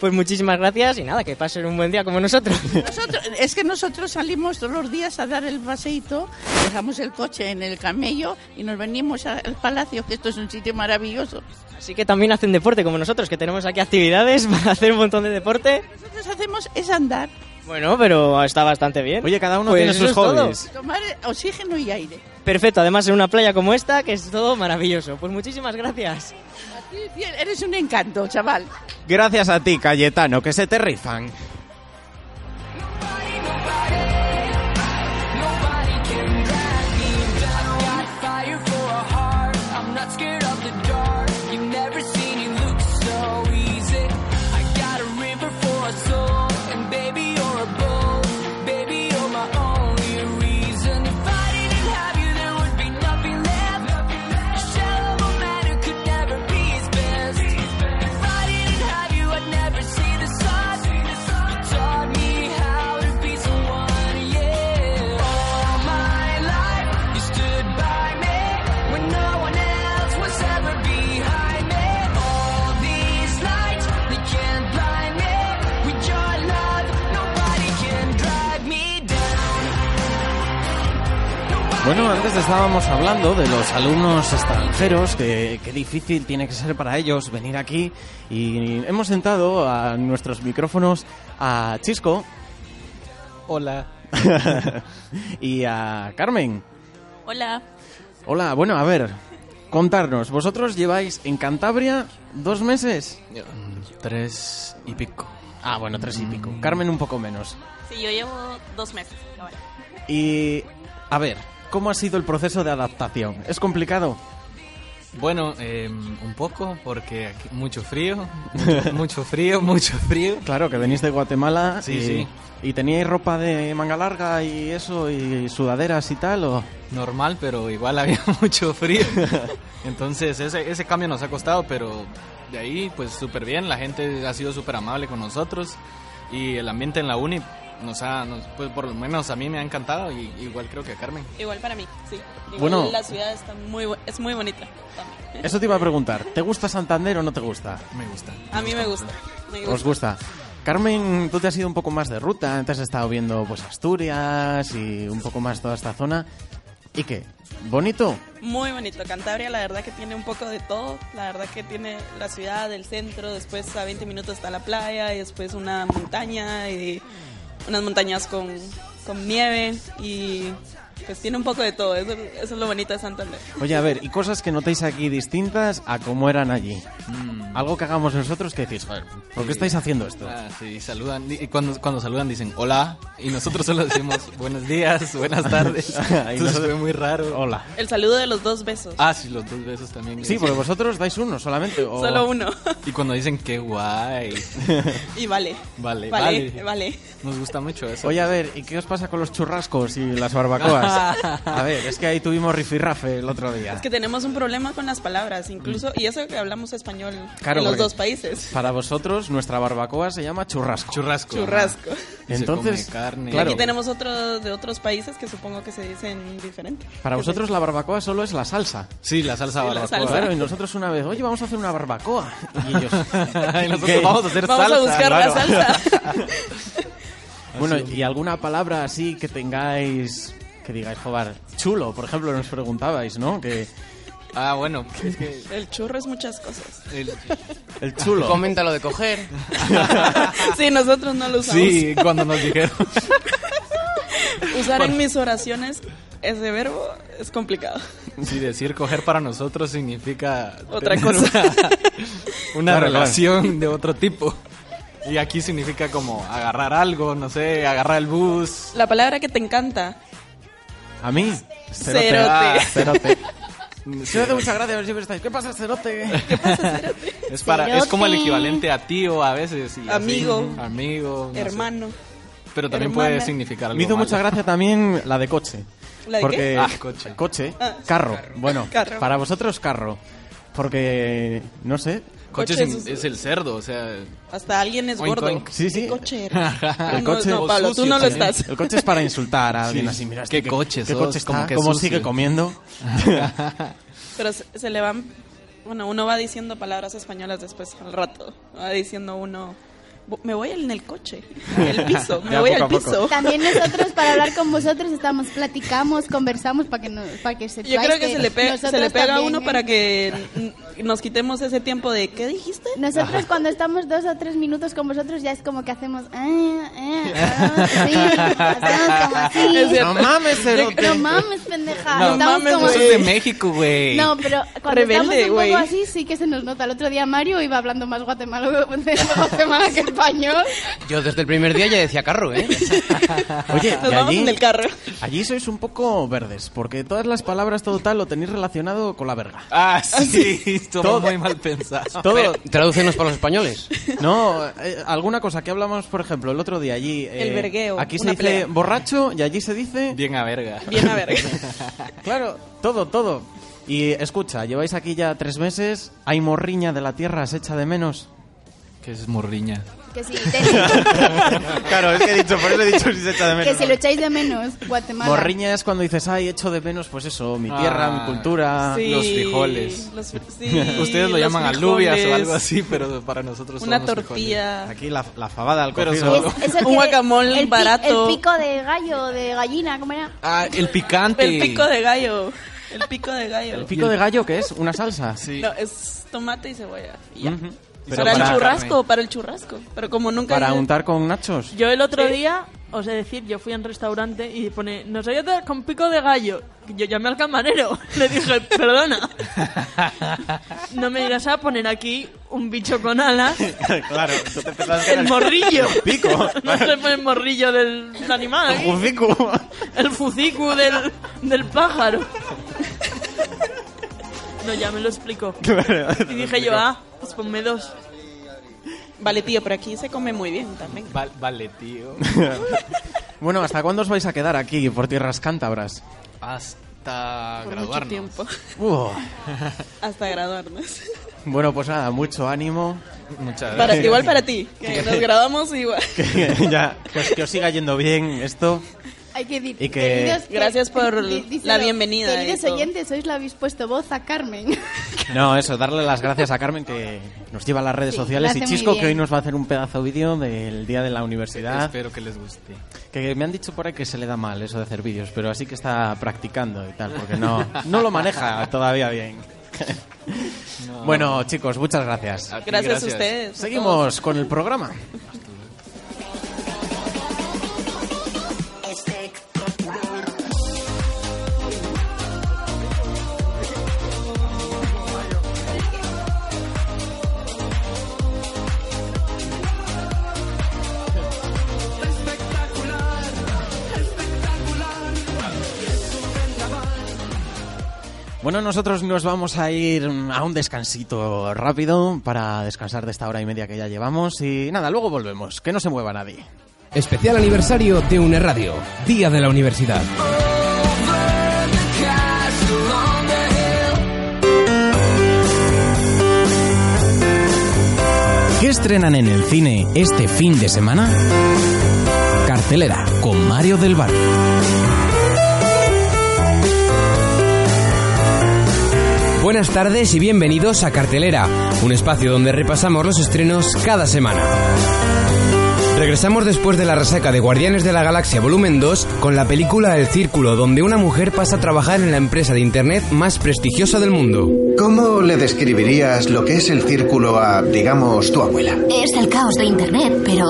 Speaker 13: Pues muchísimas gracias y nada, que pasen un buen día como nosotros.
Speaker 14: Nosotros- es que nosotros salimos todos los días a dar el paseíto, dejamos el coche en el camello y nos venimos al palacio, que esto es un sitio maravilloso.
Speaker 13: Así que también hacen deporte como nosotros, que tenemos aquí actividades para hacer un montón de deporte.
Speaker 14: Nosotros hacemos es andar,
Speaker 13: Bueno, pero está bastante bien. Pues Oye,
Speaker 10: cada
Speaker 14: uno
Speaker 10: tiene sus hobbies.
Speaker 14: tomar oxígeno y aire.
Speaker 13: Perfecto, además en una playa como esta, que es todo maravilloso. Pues muchísimas gracias.
Speaker 14: Sí, sí, Eres un encanto, chaval.
Speaker 10: Gracias a ti, Cayetano, que se te rifan. Bueno, antes estábamos hablando de los alumnos extranjeros, que qué difícil tiene que ser para ellos venir aquí. Y hemos sentado a nuestros micrófonos a Chisco. Hola. y a Carmen.
Speaker 15: Hola.
Speaker 10: Hola, bueno, a ver, contarnos, vosotros lleváis en Cantabria dos meses. Tres y pico. Ah, bueno, tres y pico. Carmen un poco menos.
Speaker 15: Sí, yo llevo dos meses ahora.
Speaker 10: Y, a ver, ¿cómo ha sido el proceso de adaptación? ¿Es complicado?
Speaker 16: Bueno, eh, un poco, porque aquí mucho frío, mucho, mucho frío, mucho frío.
Speaker 10: Claro, que venís de Guatemala
Speaker 16: Sí,
Speaker 10: y,
Speaker 16: sí.
Speaker 10: y teníais ropa de manga larga y eso, y sudaderas y tal, ¿o?
Speaker 16: Normal, pero igual había mucho frío. Entonces, ese, ese cambio nos ha costado, pero de ahí, pues súper bien. La gente ha sido súper amable con nosotros y el ambiente en la uni nos ha, nos- pues por lo menos a mí me ha encantado y igual creo que a Carmen.
Speaker 15: Igual para mí, sí. Igual
Speaker 10: Bueno.
Speaker 15: la ciudad está muy, bu- es muy bonita. también.
Speaker 10: Eso te iba a preguntar, ¿te gusta Santander o no te gusta?
Speaker 16: Me gusta.
Speaker 15: A mí me gusta. me
Speaker 10: ¿Os gusta?
Speaker 3: Carmen, tú te has ido un poco más de ruta, te has estado viendo pues Asturias y un poco más toda esta zona. ¿Y qué? ¿Bonito?
Speaker 15: Muy bonito. Cantabria, la verdad que tiene un poco de todo. La verdad que tiene la ciudad, el centro, después a 20 minutos está la playa y después una montaña y unas montañas con, con nieve y pues tiene un poco de todo. Eso, eso es lo bonito de Santander.
Speaker 3: Oye, a ver, ¿y cosas que notáis aquí distintas a cómo eran allí?
Speaker 15: Mm.
Speaker 3: Algo que hagamos nosotros que decís, joder, ¿por qué estáis haciendo esto?
Speaker 16: Ah, sí, saludan. Y cuando, cuando saludan dicen hola. Y nosotros solo decimos buenos días, buenas tardes.
Speaker 3: Ahí
Speaker 16: Entonces
Speaker 3: nos-
Speaker 16: fue muy raro.
Speaker 3: Hola.
Speaker 15: El saludo de los dos besos.
Speaker 16: Ah, sí, los dos besos también.
Speaker 3: Sí, porque vosotros dais uno solamente. o-
Speaker 15: Solo uno.
Speaker 16: Y cuando dicen qué guay.
Speaker 15: Y vale.
Speaker 16: Vale,
Speaker 15: Vale,
Speaker 16: vale.
Speaker 15: vale.
Speaker 16: Nos gusta mucho eso.
Speaker 3: Oye, a ver, ¿y qué os pasa con los churrascos y las barbacoas? A ver, es que ahí tuvimos rifirrafe el otro día.
Speaker 15: Es que tenemos un problema con las palabras, incluso, y eso que hablamos español
Speaker 3: Claro,
Speaker 15: en los
Speaker 3: porque-
Speaker 15: dos países.
Speaker 3: Para vosotros, nuestra barbacoa se llama churrasco.
Speaker 16: Churrasco.
Speaker 15: Churrasco.
Speaker 3: Entonces,
Speaker 15: Y
Speaker 3: claro,
Speaker 15: aquí tenemos otros de otros países que supongo que se dicen diferente.
Speaker 3: para vosotros la barbacoa solo es la salsa.
Speaker 16: Sí, la salsa
Speaker 15: Sí, la barbacoa. salsa.
Speaker 3: Claro, y nosotros una vez, oye, vamos a hacer una barbacoa. Y ellos,
Speaker 16: Y nosotros,
Speaker 3: "¿Qué?".
Speaker 16: "Vamos a hacer Vamos a salsa". buscar la salsa.
Speaker 3: bueno,
Speaker 16: Así.
Speaker 3: y alguna palabra así que tengáis, que digáis, joder, chulo, por ejemplo, nos preguntabais, ¿no? Que
Speaker 16: Ah, bueno. es que-
Speaker 15: El churro es muchas cosas.
Speaker 16: El,
Speaker 3: el chulo.
Speaker 2: Comenta lo de coger.
Speaker 15: sí, nosotros no lo usamos.
Speaker 16: Sí, cuando nos dijeron.
Speaker 15: Usar en mis oraciones ese verbo es complicado.
Speaker 16: Sí, decir coger para nosotros significa...
Speaker 15: Otra
Speaker 16: tener
Speaker 15: cosa.
Speaker 16: Una, una
Speaker 3: Claro,
Speaker 16: relación de otro tipo. Y aquí significa como agarrar algo, no sé, agarrar el bus.
Speaker 15: La palabra que te encanta.
Speaker 3: ¿A mí?
Speaker 15: Cerote.
Speaker 16: Ah,
Speaker 3: cerote.
Speaker 16: Cerote,
Speaker 3: muchas gracias, a ver si estáis. ¿Qué pasa, cerote?
Speaker 16: Es, para, es como el
Speaker 15: Cerote.
Speaker 16: equivalente a tío a veces. y así.
Speaker 15: Amigo.
Speaker 16: Amigo. no sé.
Speaker 15: Hermano.
Speaker 16: Pero también
Speaker 15: hermana.
Speaker 16: puede significar algo
Speaker 3: Me hizo
Speaker 16: malo.
Speaker 3: mucha gracia también la de coche.
Speaker 15: ¿La de
Speaker 3: porque
Speaker 15: qué?
Speaker 16: Ah, coche.
Speaker 3: Coche,
Speaker 15: Ah, sí.
Speaker 3: carro.
Speaker 15: Carro.
Speaker 3: Bueno,
Speaker 15: Carro.
Speaker 3: para vosotros carro. Porque, no sé.
Speaker 16: Coche es, es el cerdo, o sea...
Speaker 15: Hasta alguien es
Speaker 16: Oink,
Speaker 15: gordo.
Speaker 16: oink.
Speaker 3: Sí, sí.
Speaker 15: ¿Qué coche eres? Ah,
Speaker 3: El
Speaker 15: no,
Speaker 3: coche,
Speaker 15: no, Pablo, tú no lo estás.
Speaker 3: El coche es para insultar a
Speaker 16: Sí.
Speaker 3: alguien así. Mira,
Speaker 16: ¿Qué coche
Speaker 3: ¿Qué
Speaker 16: sos?
Speaker 3: coche está?
Speaker 16: Como que
Speaker 3: ¿Cómo
Speaker 16: sucio.
Speaker 3: sigue comiendo?
Speaker 15: Pero se, se le van. Bueno, uno va diciendo palabras españolas después al rato. Va diciendo uno. "Bu- Me voy en el coche, el piso, me
Speaker 3: Ya,
Speaker 15: voy
Speaker 3: poco
Speaker 15: al
Speaker 3: a poco.
Speaker 15: piso.
Speaker 8: También nosotros, para hablar con vosotros, estamos, platicamos, conversamos para que, no, para que ¿eh? se
Speaker 15: Yo creo que se le, pe- se le pega a uno para
Speaker 8: que
Speaker 15: que n- nos quitemos ese tiempo de ¿qué dijiste?
Speaker 8: Nosotros cuando estamos dos o tres minutos con vosotros ya es como que hacemos... "Ah, ah, ah", sí, hacemos como así.
Speaker 15: Es cierto.
Speaker 3: No mames, cerote.
Speaker 8: No mames, pendeja.
Speaker 16: No
Speaker 8: Estamos
Speaker 15: mames,
Speaker 8: como-
Speaker 16: Eso es de México, güey.
Speaker 8: No, pero cuando
Speaker 15: Rebelde,
Speaker 8: estamos un
Speaker 15: güey.
Speaker 8: poco así sí que se nos nota. El otro día Mario iba hablando más guatemala, guatemala que español.
Speaker 2: Yo desde el primer día ya decía carro, ¿eh?
Speaker 3: Oye,
Speaker 15: Nos
Speaker 3: y
Speaker 15: vamos
Speaker 3: allí,
Speaker 15: en el carro.
Speaker 3: allí sois un poco verdes. Porque todas las palabras, todo tal, lo tenéis relacionado con la verga.
Speaker 16: Ah, sí, todo,
Speaker 3: Todo.
Speaker 16: muy mal pensado.
Speaker 3: Todo.
Speaker 2: Tradúcenos para los españoles.
Speaker 3: No, eh, alguna cosa que hablamos, por ejemplo, el otro día allí. eh,
Speaker 15: El vergueo,
Speaker 3: Aquí se
Speaker 15: una
Speaker 3: dice
Speaker 15: pelea.
Speaker 3: borracho y allí se dice.
Speaker 16: Bien a verga.
Speaker 15: Bien a ver.
Speaker 3: Claro, todo, todo. Y escucha, lleváis aquí ya tres meses. Hay morriña de la tierra, se echa de menos.
Speaker 16: Que es morriña.
Speaker 8: Que si, te-
Speaker 3: Claro, es que he dicho, por eso he dicho si se echa de
Speaker 8: que si lo echáis de menos, Guatemala.
Speaker 3: Morriña es cuando dices, ay, echo de menos, pues eso, mi
Speaker 16: Ah,
Speaker 3: tierra, mi cultura.
Speaker 15: Sí,
Speaker 16: Los frijoles.
Speaker 15: los- sí,
Speaker 16: Ustedes lo
Speaker 15: los
Speaker 16: llaman alubias o
Speaker 15: frijoles,
Speaker 16: algo así, pero para nosotros son
Speaker 15: Una
Speaker 16: los
Speaker 15: tortilla.
Speaker 3: Aquí la, la fabada al
Speaker 16: Pero
Speaker 3: cocido.
Speaker 16: solo-
Speaker 8: Eso
Speaker 15: Un
Speaker 8: que-
Speaker 15: guacamole
Speaker 8: el pi-
Speaker 15: barato.
Speaker 8: El pico de gallo, de gallina, ¿cómo era?
Speaker 16: frijoles. Ah, el picante.
Speaker 15: El pico de gallo. El pico de gallo.
Speaker 3: ¿El pico de gallo qué es? ¿Una salsa?
Speaker 16: Sí.
Speaker 15: No, es tomate y cebolla. Y ya.
Speaker 3: Ujú. Pero
Speaker 15: para, el
Speaker 3: para,
Speaker 15: churrasco, para el churrasco. Pero como nunca.
Speaker 3: para untar con nachos.
Speaker 5: Yo el otro día, os he de decir, yo fui a un restaurante y pone, nos ayuda con pico de gallo. Y Yo llamé al camarero, le dije, perdona, no me irás a poner aquí un bicho con alas,
Speaker 3: claro, tú te pensabas
Speaker 5: el morrillo.
Speaker 3: pico.
Speaker 5: No se pone el morrillo del animal, aquí, el fucicu del, del pájaro. No, ya me lo explicó. Y dije yo, ah, pues ponme dos.
Speaker 15: Vale, tío, pero aquí se come muy bien también.
Speaker 16: Val- vale, tío.
Speaker 3: Bueno, ¿hasta cuándo os vais a quedar aquí por tierras cántabras?
Speaker 16: Hasta
Speaker 15: Por mucho
Speaker 16: graduarnos.
Speaker 15: tiempo.
Speaker 3: Uf.
Speaker 15: Hasta graduarnos.
Speaker 3: Bueno, pues nada, mucho ánimo.
Speaker 16: Muchas
Speaker 15: Para-
Speaker 16: gracias.
Speaker 15: igual para ti. Que nos graduamos igual.
Speaker 3: Que, ya, pues que os siga yendo bien esto.
Speaker 8: Eh,
Speaker 6: Hay que decir,
Speaker 3: Y que-
Speaker 6: queridos-
Speaker 15: Gracias por
Speaker 6: di- díselo,
Speaker 15: la bienvenida
Speaker 6: Queridos
Speaker 15: y todo.
Speaker 6: oyentes, sois la habéis puesto voz a Carmen.
Speaker 3: No, eso, darle las gracias a Carmen que nos lleva a las redes
Speaker 6: Sí,
Speaker 3: sociales
Speaker 6: lo
Speaker 3: y
Speaker 6: hace muy
Speaker 3: Chisco
Speaker 6: bien.
Speaker 3: que hoy nos va a hacer un pedazo vídeo del día de la universidad.
Speaker 17: Espero que les guste.
Speaker 3: Que me han dicho por ahí que se le da mal eso de hacer vídeos, pero así que está practicando y tal, porque no, no lo maneja todavía bien.
Speaker 17: No.
Speaker 3: Bueno, chicos, muchas gracias.
Speaker 17: A ti, Gracias a gracias. ustedes, a
Speaker 3: Seguimos con el programa. Bueno, nosotros nos vamos a ir a un descansito rápido para descansar de esta hora y media que ya llevamos y nada, luego volvemos, que no se mueva nadie.
Speaker 2: Especial aniversario de una radio, Día de la Universidad.
Speaker 18: ¿Qué estrenan en el cine este fin de semana? Cartelera con Mario del Barrio.
Speaker 2: Buenas tardes y bienvenidos a Cartelera, un espacio donde repasamos los estrenos cada semana. Regresamos después de la resaca de Guardianes de la Galaxia Volumen 2 con la película El Círculo, donde una mujer pasa a trabajar en la empresa de Internet más prestigiosa del mundo.
Speaker 19: ¿Cómo le describirías lo que es el círculo a, digamos, tu abuela?
Speaker 20: Es el caos de Internet, pero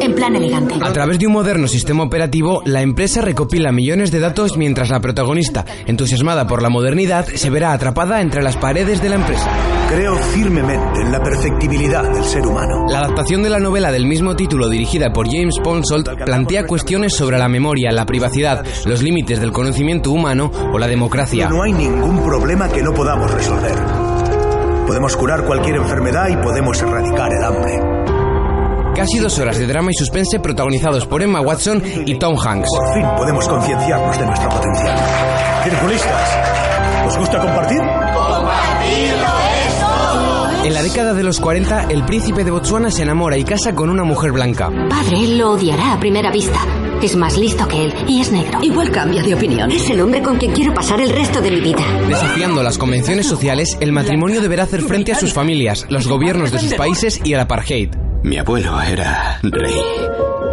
Speaker 20: en plan elegante.
Speaker 2: A través de un moderno sistema operativo, la empresa recopila millones de datos mientras la protagonista, entusiasmada por la modernidad, se verá atrapada entre las paredes de la empresa.
Speaker 19: Creo firmemente en la perfectibilidad del ser humano.
Speaker 2: La adaptación de la novela del mismo título dirigida por James Ponsold plantea cuestiones sobre la memoria, la privacidad, los límites del conocimiento humano o la democracia.
Speaker 19: No hay ningún problema que no podamos resolver. Podemos curar cualquier enfermedad y podemos erradicar el hambre.
Speaker 2: Casi dos horas de drama y suspense protagonizados por Emma Watson y Tom Hanks.
Speaker 19: Por fin podemos concienciarnos de nuestro potencial. Circulistas, ¿os gusta compartir?
Speaker 2: En la década de los 40, el príncipe de Botsuana se enamora y casa con una mujer blanca.
Speaker 20: Padre lo odiará a primera vista. Es más listo que él y es negro. Igual cambia de opinión. Es el hombre con quien quiero pasar el resto de mi vida.
Speaker 2: Desafiando las convenciones sociales, el matrimonio deberá hacer frente a sus familias, los gobiernos de sus países y el apartheid.
Speaker 12: Mi abuelo era rey.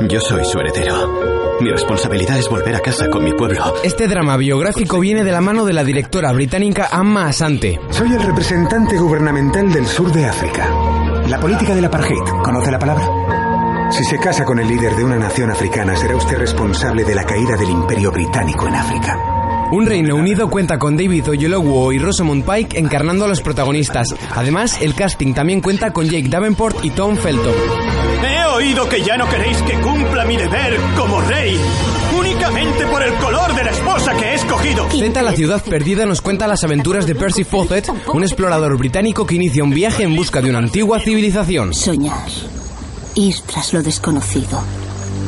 Speaker 12: Yo soy su heredero. Mi responsabilidad es volver a casa con mi pueblo.
Speaker 2: Este drama biográfico viene de la mano de la directora británica Amma Asante.
Speaker 21: Soy el representante gubernamental del sur de África. La política del apartheid, ¿conoce la palabra? Si se casa con el líder de una nación africana, será usted responsable de la caída del imperio británico en África.
Speaker 2: Un Reino Unido cuenta con David Oyelowo y Rosamund Pike encarnando a los protagonistas. Además, el casting también cuenta con Jake Davenport y Tom Felton.
Speaker 16: He oído que ya no queréis que cumpla mi deber como rey, únicamente por el color de la esposa que he escogido.
Speaker 2: Z, la ciudad perdida, nos cuenta las aventuras de Percy Fawcett, un explorador británico que inicia un viaje en busca de una antigua civilización.
Speaker 20: Soñar. Ir tras lo desconocido.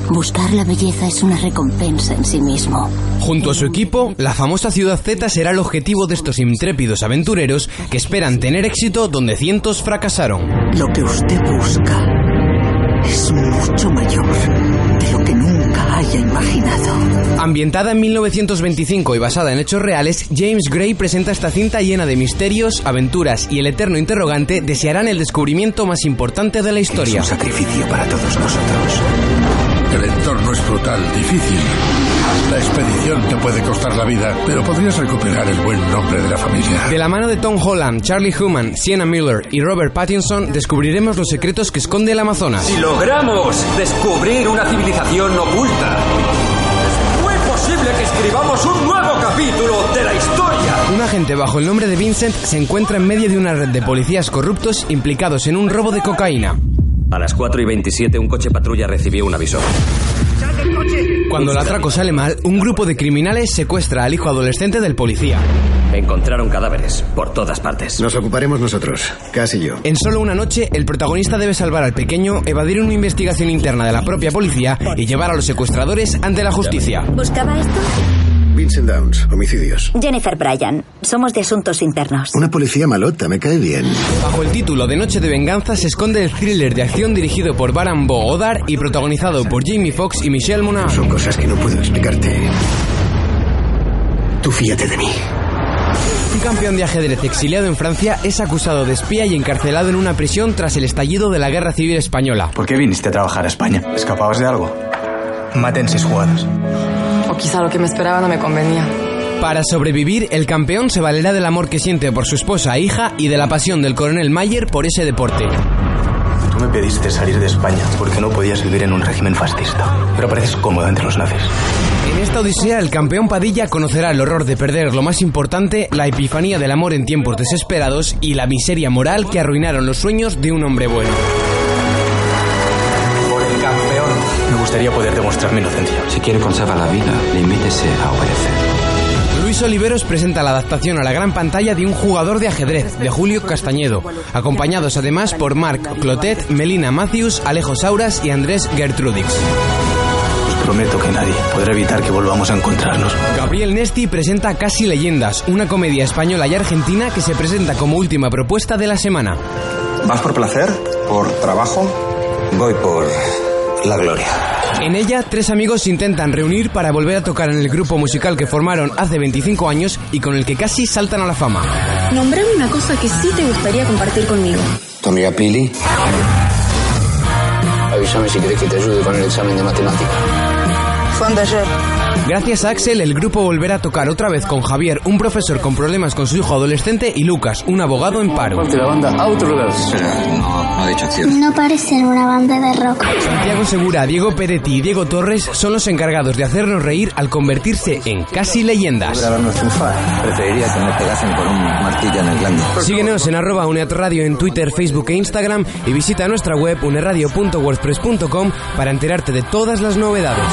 Speaker 20: Buscar la belleza es una recompensa en sí mismo.
Speaker 2: Junto a su equipo, la famosa ciudad Z será el objetivo de estos intrépidos aventureros que esperan tener éxito donde cientos fracasaron.
Speaker 22: Lo que usted busca es mucho mayor de lo que nunca haya imaginado.
Speaker 2: Ambientada en 1925 y basada en hechos reales, James Gray presenta esta cinta llena de misterios, aventuras y el eterno interrogante desearán el descubrimiento más importante de la historia.
Speaker 21: Es un sacrificio para todos nosotros.
Speaker 23: El entorno es brutal, difícil. La expedición te puede costar la vida, pero podrías recuperar el buen nombre de la familia.
Speaker 2: De la mano de Tom Holland, Charlie Human, Sienna Miller y Robert Pattinson descubriremos los secretos que esconde el Amazonas.
Speaker 24: Si logramos descubrir una civilización oculta, es muy posible que escribamos un nuevo capítulo de la historia.
Speaker 2: Un agente bajo el nombre de Vincent se encuentra en medio de una red de policías corruptos implicados en un robo de cocaína.
Speaker 24: A las 4 y 27 un coche patrulla recibió un aviso.
Speaker 2: Cuando el atraco sale mal, un grupo de criminales secuestra al hijo adolescente del policía.
Speaker 24: Encontraron cadáveres por todas partes.
Speaker 23: Nos ocuparemos nosotros, casi yo.
Speaker 2: En solo una noche, el protagonista debe salvar al pequeño, evadir una investigación interna de la propia policía y llevar a los secuestradores ante la justicia.
Speaker 20: ¿Buscaba esto?
Speaker 1: Vincent Downs, homicidios.
Speaker 4: Jennifer Bryan, somos de asuntos internos.
Speaker 1: Una policía malota, me cae bien.
Speaker 2: Bajo el título de Noche de Venganza se esconde el thriller de acción dirigido por Baran Bo Odar y protagonizado por Jamie Foxx y Michelle Monaghan.
Speaker 1: Son cosas que no puedo explicarte. Tú fíjate de mí.
Speaker 2: Un campeón de ajedrez exiliado en Francia es acusado de espía y encarcelado en una prisión tras el estallido de la Guerra Civil Española.
Speaker 7: ¿Por qué viniste a trabajar a España? ¿Escapabas de algo? Maten seis jugadas.
Speaker 25: O quizá lo que me esperaba no me convenía.
Speaker 2: Para sobrevivir, el campeón se valerá del amor que siente por su esposa e hija y de la pasión del coronel Mayer por ese deporte.
Speaker 7: Tú me pediste salir de España porque no podías vivir en un régimen fascista. Pero pareces cómodo entre los nazis.
Speaker 2: En esta odisea, el campeón Padilla conocerá el horror de perder lo más importante, la epifanía del amor en tiempos desesperados y la miseria moral que arruinaron los sueños de un hombre bueno.
Speaker 7: Por el campeón. Me gustaría poder demostrar mi inocencia.
Speaker 26: Si quiere conservar la vida, limítese a obedecer.
Speaker 2: Luis Oliveros presenta la adaptación a la gran pantalla de un jugador de ajedrez, de Julio Castañedo, acompañados además por Marc Clotet, Melina Matthews, Alejo Sauras y Andrés Gertrudix.
Speaker 7: Os prometo que nadie podrá evitar que volvamos a encontrarnos.
Speaker 2: Gabriel Nesti presenta Casi Leyendas, una comedia española y argentina que se presenta como última propuesta de la semana.
Speaker 27: ¿Vas por placer? ¿Por trabajo? Voy por la gloria.
Speaker 2: En ella, tres amigos se intentan reunir para volver a tocar en el grupo musical que formaron hace 25 años y con el que casi saltan a la fama.
Speaker 28: Nombrame una cosa que sí te gustaría compartir conmigo.
Speaker 27: ¿Tu amiga Pili? Avísame si quieres que te ayude con el examen de matemáticas.
Speaker 28: Fondo ayer.
Speaker 2: Gracias a Axel, el grupo volverá a tocar otra vez con Javier, un profesor con problemas con su hijo adolescente, y Lucas, un abogado en paro.
Speaker 27: Parte la banda a otro lugar. no, no ha dicho acción.
Speaker 11: No parecen una banda de rock.
Speaker 2: Santiago Segura, Diego Peretti y Diego Torres son los encargados de hacernos reír al convertirse en casi leyendas.
Speaker 27: vernos triunfar. Preferiría que me pegasen con un martillo en el glande.
Speaker 2: Síguenos en arroba Unet Radio en Twitter, Facebook e Instagram y visita nuestra web uneradio.wordpress.com para enterarte de todas las novedades.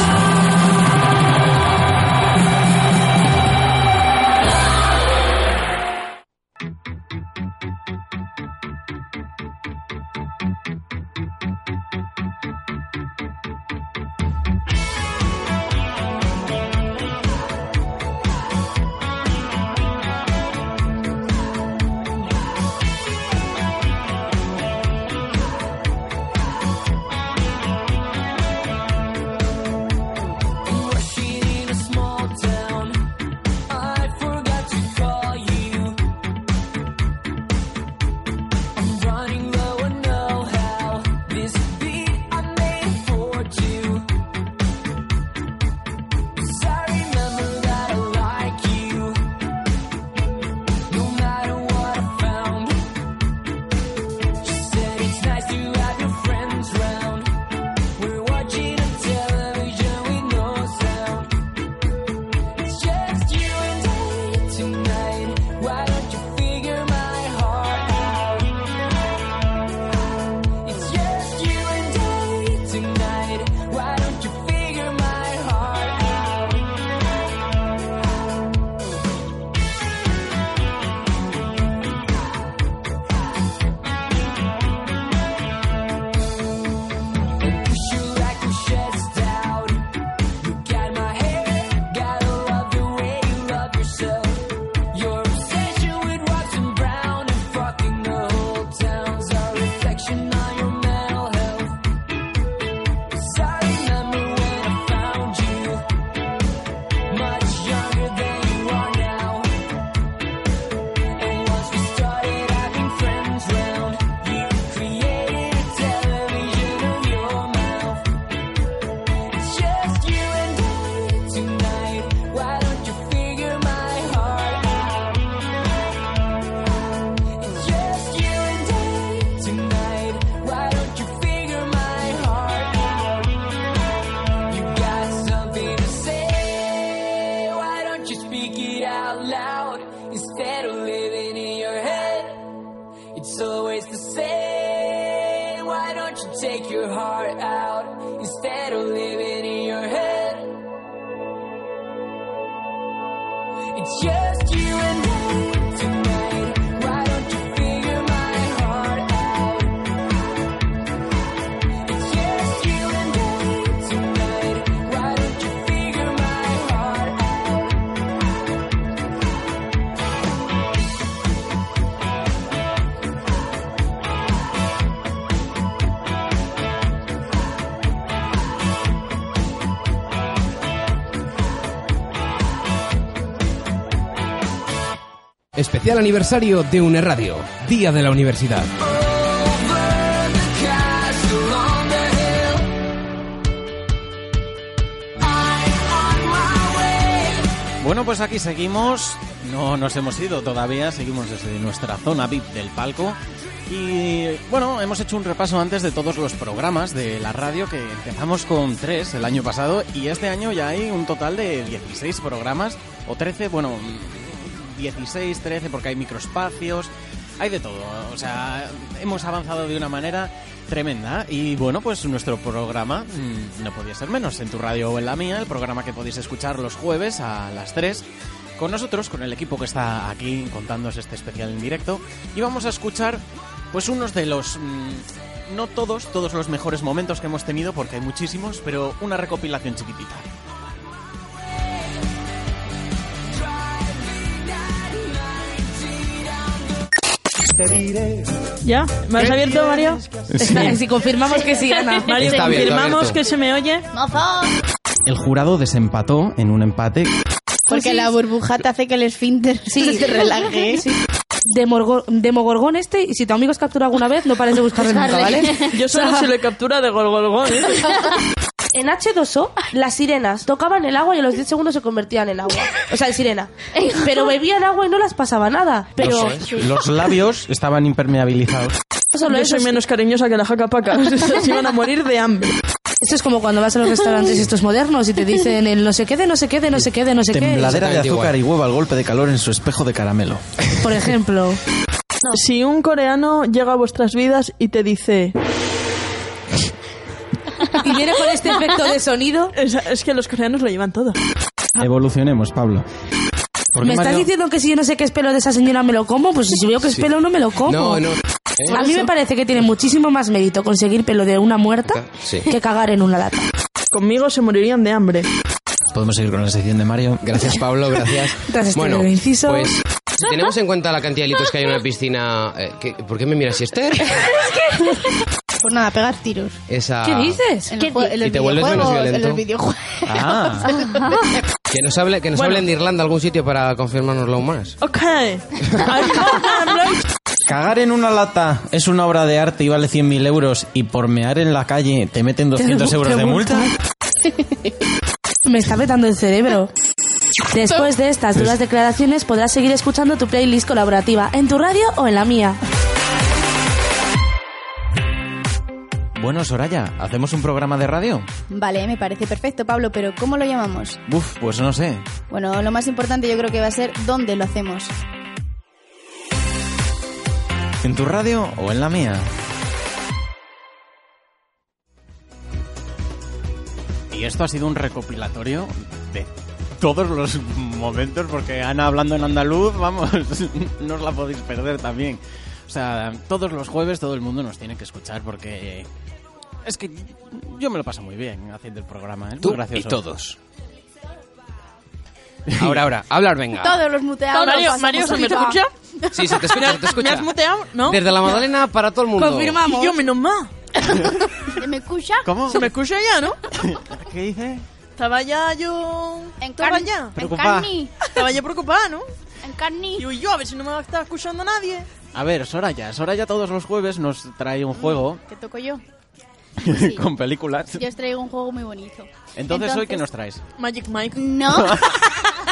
Speaker 10: Rushing in a small town, I forgot to call you. I'm running low and know how. This beat I made for two. 'Cause I remember that I like you. No matter what I found, she said it's nice to have your friends round. We're watching a television with no sound. It's just you and I tonight. Why don't you figure my heart out? It's just you and I tonight. Why don't you figure my heart out? Push you like a chest out. You got my hair, gotta love the way you love yourself. Your obsession with Watson Brown and fucking the whole town's a reflection on your mental health. 'Cause I remember when I found you, much younger than you are now. And once we started having friends round, you created a television of your mouth. It's just you and I tonight. Why don't you figure my heart out? It's just you and I tonight. Why don't you figure my heart out? You got something to say. Why don't you speak it out loud instead of living in your head? It's always the same. Why don't you take your heart out instead of living in your head? It's just you and me tonight. Why don't you figure my heart out? It's just you and me tonight. Why don't you figure my heart out?
Speaker 2: especial aniversario de Une Radio, Día de la Universidad.
Speaker 3: Bueno, pues aquí seguimos. No nos hemos ido todavía, seguimos desde nuestra zona VIP del palco. Y bueno, hemos hecho un repaso antes de todos los programas de la radio que empezamos con tres el año pasado y este año ya hay un total de 16 programas o 13, bueno, 16, 13 porque hay microespacios, hay de todo. O sea, hemos avanzado de una manera tremenda y bueno, pues nuestro programa mm, no podía ser menos en tu radio o en la mía, el programa que podéis escuchar los jueves a las 3 con nosotros, con el equipo que está aquí contándoos este especial en directo y vamos a escuchar pues unos de los mm, no todos, todos los mejores momentos que hemos tenido porque hay muchísimos, pero una recopilación chiquitita.
Speaker 5: Te diré.
Speaker 6: ¿Ya? ¿Me has
Speaker 5: ¿Qué
Speaker 6: abierto, Mario?
Speaker 5: tienes que
Speaker 6: Está-
Speaker 5: hacer?
Speaker 6: Si confirmamos que sí, Ana. Mario,
Speaker 18: Está abierto,
Speaker 6: confirmamos
Speaker 18: abierto.
Speaker 6: que se me oye.
Speaker 18: El jurado desempató en un empate.
Speaker 8: Porque la burbuja te hace que el esfínter se
Speaker 6: ¿eh?
Speaker 8: relaje.
Speaker 6: De, morgo- de Mogorgón este, y si tu amigo es capturado alguna vez, no pares de buscarle nunca, ¿vale?
Speaker 9: Yo solo se lo he capturado de Golgolgón, ¿eh?
Speaker 6: En H2O, las sirenas tocaban el agua y a los 10 segundos se convertían en agua. O sea, en sirena. Pero bebían agua y no las pasaba nada. Pero...
Speaker 18: Los, los labios estaban impermeabilizados.
Speaker 6: Solo
Speaker 9: Yo
Speaker 6: eso
Speaker 9: soy
Speaker 6: sí.
Speaker 9: menos cariñosa que la jaca paca. Se iban a morir de hambre.
Speaker 6: Esto es como cuando vas a los restaurantes estos modernos y te dicen el no sé qué de no sé qué de no sé qué de no sé qué.
Speaker 18: Tembladera de azúcar y huevo al golpe de calor en su espejo de caramelo.
Speaker 6: Por ejemplo.
Speaker 9: Si un coreano llega a vuestras vidas y te dice...
Speaker 6: Y viene con este efecto de sonido.
Speaker 9: Es, es que los coreanos lo llevan todo.
Speaker 18: Evolucionemos, Pablo. ¿Por qué
Speaker 6: Ah. ¿Me estás
Speaker 18: Mario-
Speaker 6: diciendo que si yo no sé qué es pelo de esa señora me lo como? Pues si veo que es
Speaker 18: Sí.
Speaker 6: pelo no me lo como.
Speaker 18: No, no. ¿Eh?
Speaker 6: A mí me parece que tiene muchísimo más mérito conseguir pelo de una muerta
Speaker 18: Sí.
Speaker 6: que cagar en una lata.
Speaker 9: Conmigo se morirían de hambre.
Speaker 18: Podemos seguir con la sección de Mario.
Speaker 2: Gracias, Pablo, gracias.
Speaker 9: Gracias,
Speaker 2: bueno,
Speaker 9: Pedro Inciso.
Speaker 2: pues si tenemos en cuenta la cantidad de litros que hay en una piscina, eh, ¿qué- ¿por qué me miras, Esther?
Speaker 8: Pues nada, pegar tiros.
Speaker 2: Esa...
Speaker 8: dices? En, los jue- en los
Speaker 2: Ah. Y te vuelves menos
Speaker 8: videojuegos, en
Speaker 2: violento.
Speaker 8: los videojuegos.
Speaker 2: Ah. Que nos hable, que nos
Speaker 9: Bueno.
Speaker 2: hablen de Irlanda algún sitio para confirmárnoslo aún más.
Speaker 9: Ok. I know I'm right.
Speaker 18: Cagar en una lata es una obra de arte y vale 100.000 euros y por mear en la calle te meten 200
Speaker 6: Te-
Speaker 18: euros
Speaker 6: te
Speaker 18: de multa.
Speaker 6: Me está petando el cerebro. Después de estas duras declaraciones podrás seguir escuchando tu playlist colaborativa en tu radio o en la mía.
Speaker 18: Bueno, Soraya, ¿hacemos un programa de radio?
Speaker 8: Vale, me parece perfecto, Pablo, pero ¿cómo lo llamamos?
Speaker 18: Buf, pues no sé.
Speaker 8: Bueno, lo más importante yo creo que va a ser dónde lo hacemos.
Speaker 18: ¿En tu radio o en la mía?
Speaker 3: Y esto ha sido un recopilatorio de todos los momentos, porque Ana hablando en andaluz, vamos, no os la podéis perder también. O sea, todos los jueves todo el mundo nos tiene que escuchar porque eh, es que yo me lo paso muy bien haciendo el programa. ¿eh? Es
Speaker 2: Tú
Speaker 3: muy gracioso.
Speaker 2: y todos. Ahora, ahora, hablar, venga.
Speaker 8: Todos los muteados.
Speaker 9: Mario,
Speaker 8: pasamos
Speaker 9: Mario, ¿se me
Speaker 8: arriba.
Speaker 9: escucha?
Speaker 2: Ah. Sí, se te escucha, se te
Speaker 9: ¿Me
Speaker 2: escucha.
Speaker 9: has muteado? ¿No?
Speaker 2: Desde la Magdalena para todo el mundo.
Speaker 9: Y Yo menos más.
Speaker 8: ¿Se me escucha?
Speaker 3: ¿Cómo?
Speaker 9: Se me escucha ya, ¿no?
Speaker 3: ¿Qué dice?
Speaker 9: Estaba ya yo... Estaba ya.
Speaker 3: Preocupada.
Speaker 9: Estaba ya preocupada, ¿no? En carni. Y yo, a ver si no me va a estar escuchando nadie.
Speaker 3: A ver, Soraya. Soraya todos los jueves nos trae un juego
Speaker 8: Mm, Te toco yo.
Speaker 3: con películas.
Speaker 8: Yo os traigo un juego muy bonito.
Speaker 3: Entonces, ¿hoy qué nos traes?
Speaker 9: Magic Mike.
Speaker 8: No.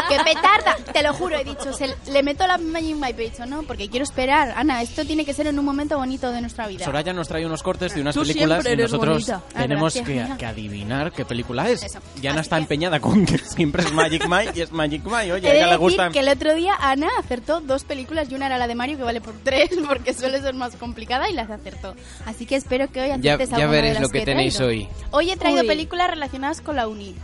Speaker 8: ¡Qué petarda! Te lo juro, he dicho. se- le meto la Magic Mike, he dicho, no, porque quiero esperar. Ana, esto tiene que ser en un momento bonito de nuestra vida.
Speaker 3: Soraya nos trae unos cortes de unas
Speaker 8: Tú
Speaker 3: películas
Speaker 8: siempre
Speaker 3: y
Speaker 8: eres
Speaker 3: nosotros
Speaker 8: bonita. Ah,
Speaker 3: tenemos
Speaker 8: gracias,
Speaker 3: que,
Speaker 8: mira.
Speaker 3: que adivinar qué película es.
Speaker 8: Eso.
Speaker 3: Y Ana está empeñada con que siempre es Magic Mike y es Magic Mike. Oye,
Speaker 8: He
Speaker 3: a
Speaker 8: de
Speaker 3: ella le
Speaker 8: decir
Speaker 3: gustan.
Speaker 8: que el otro día Ana acertó dos películas y una era la de Mario que vale por tres porque suele ser más complicada y las acertó. Así que espero que hoy
Speaker 2: Ya,
Speaker 8: aciertes
Speaker 2: ya
Speaker 8: alguna de
Speaker 2: veréis
Speaker 8: las
Speaker 2: lo que
Speaker 8: he
Speaker 2: tenéis
Speaker 8: traído.
Speaker 2: hoy.
Speaker 8: Hoy he traído
Speaker 9: Uy.
Speaker 8: películas relacionadas con la UNI.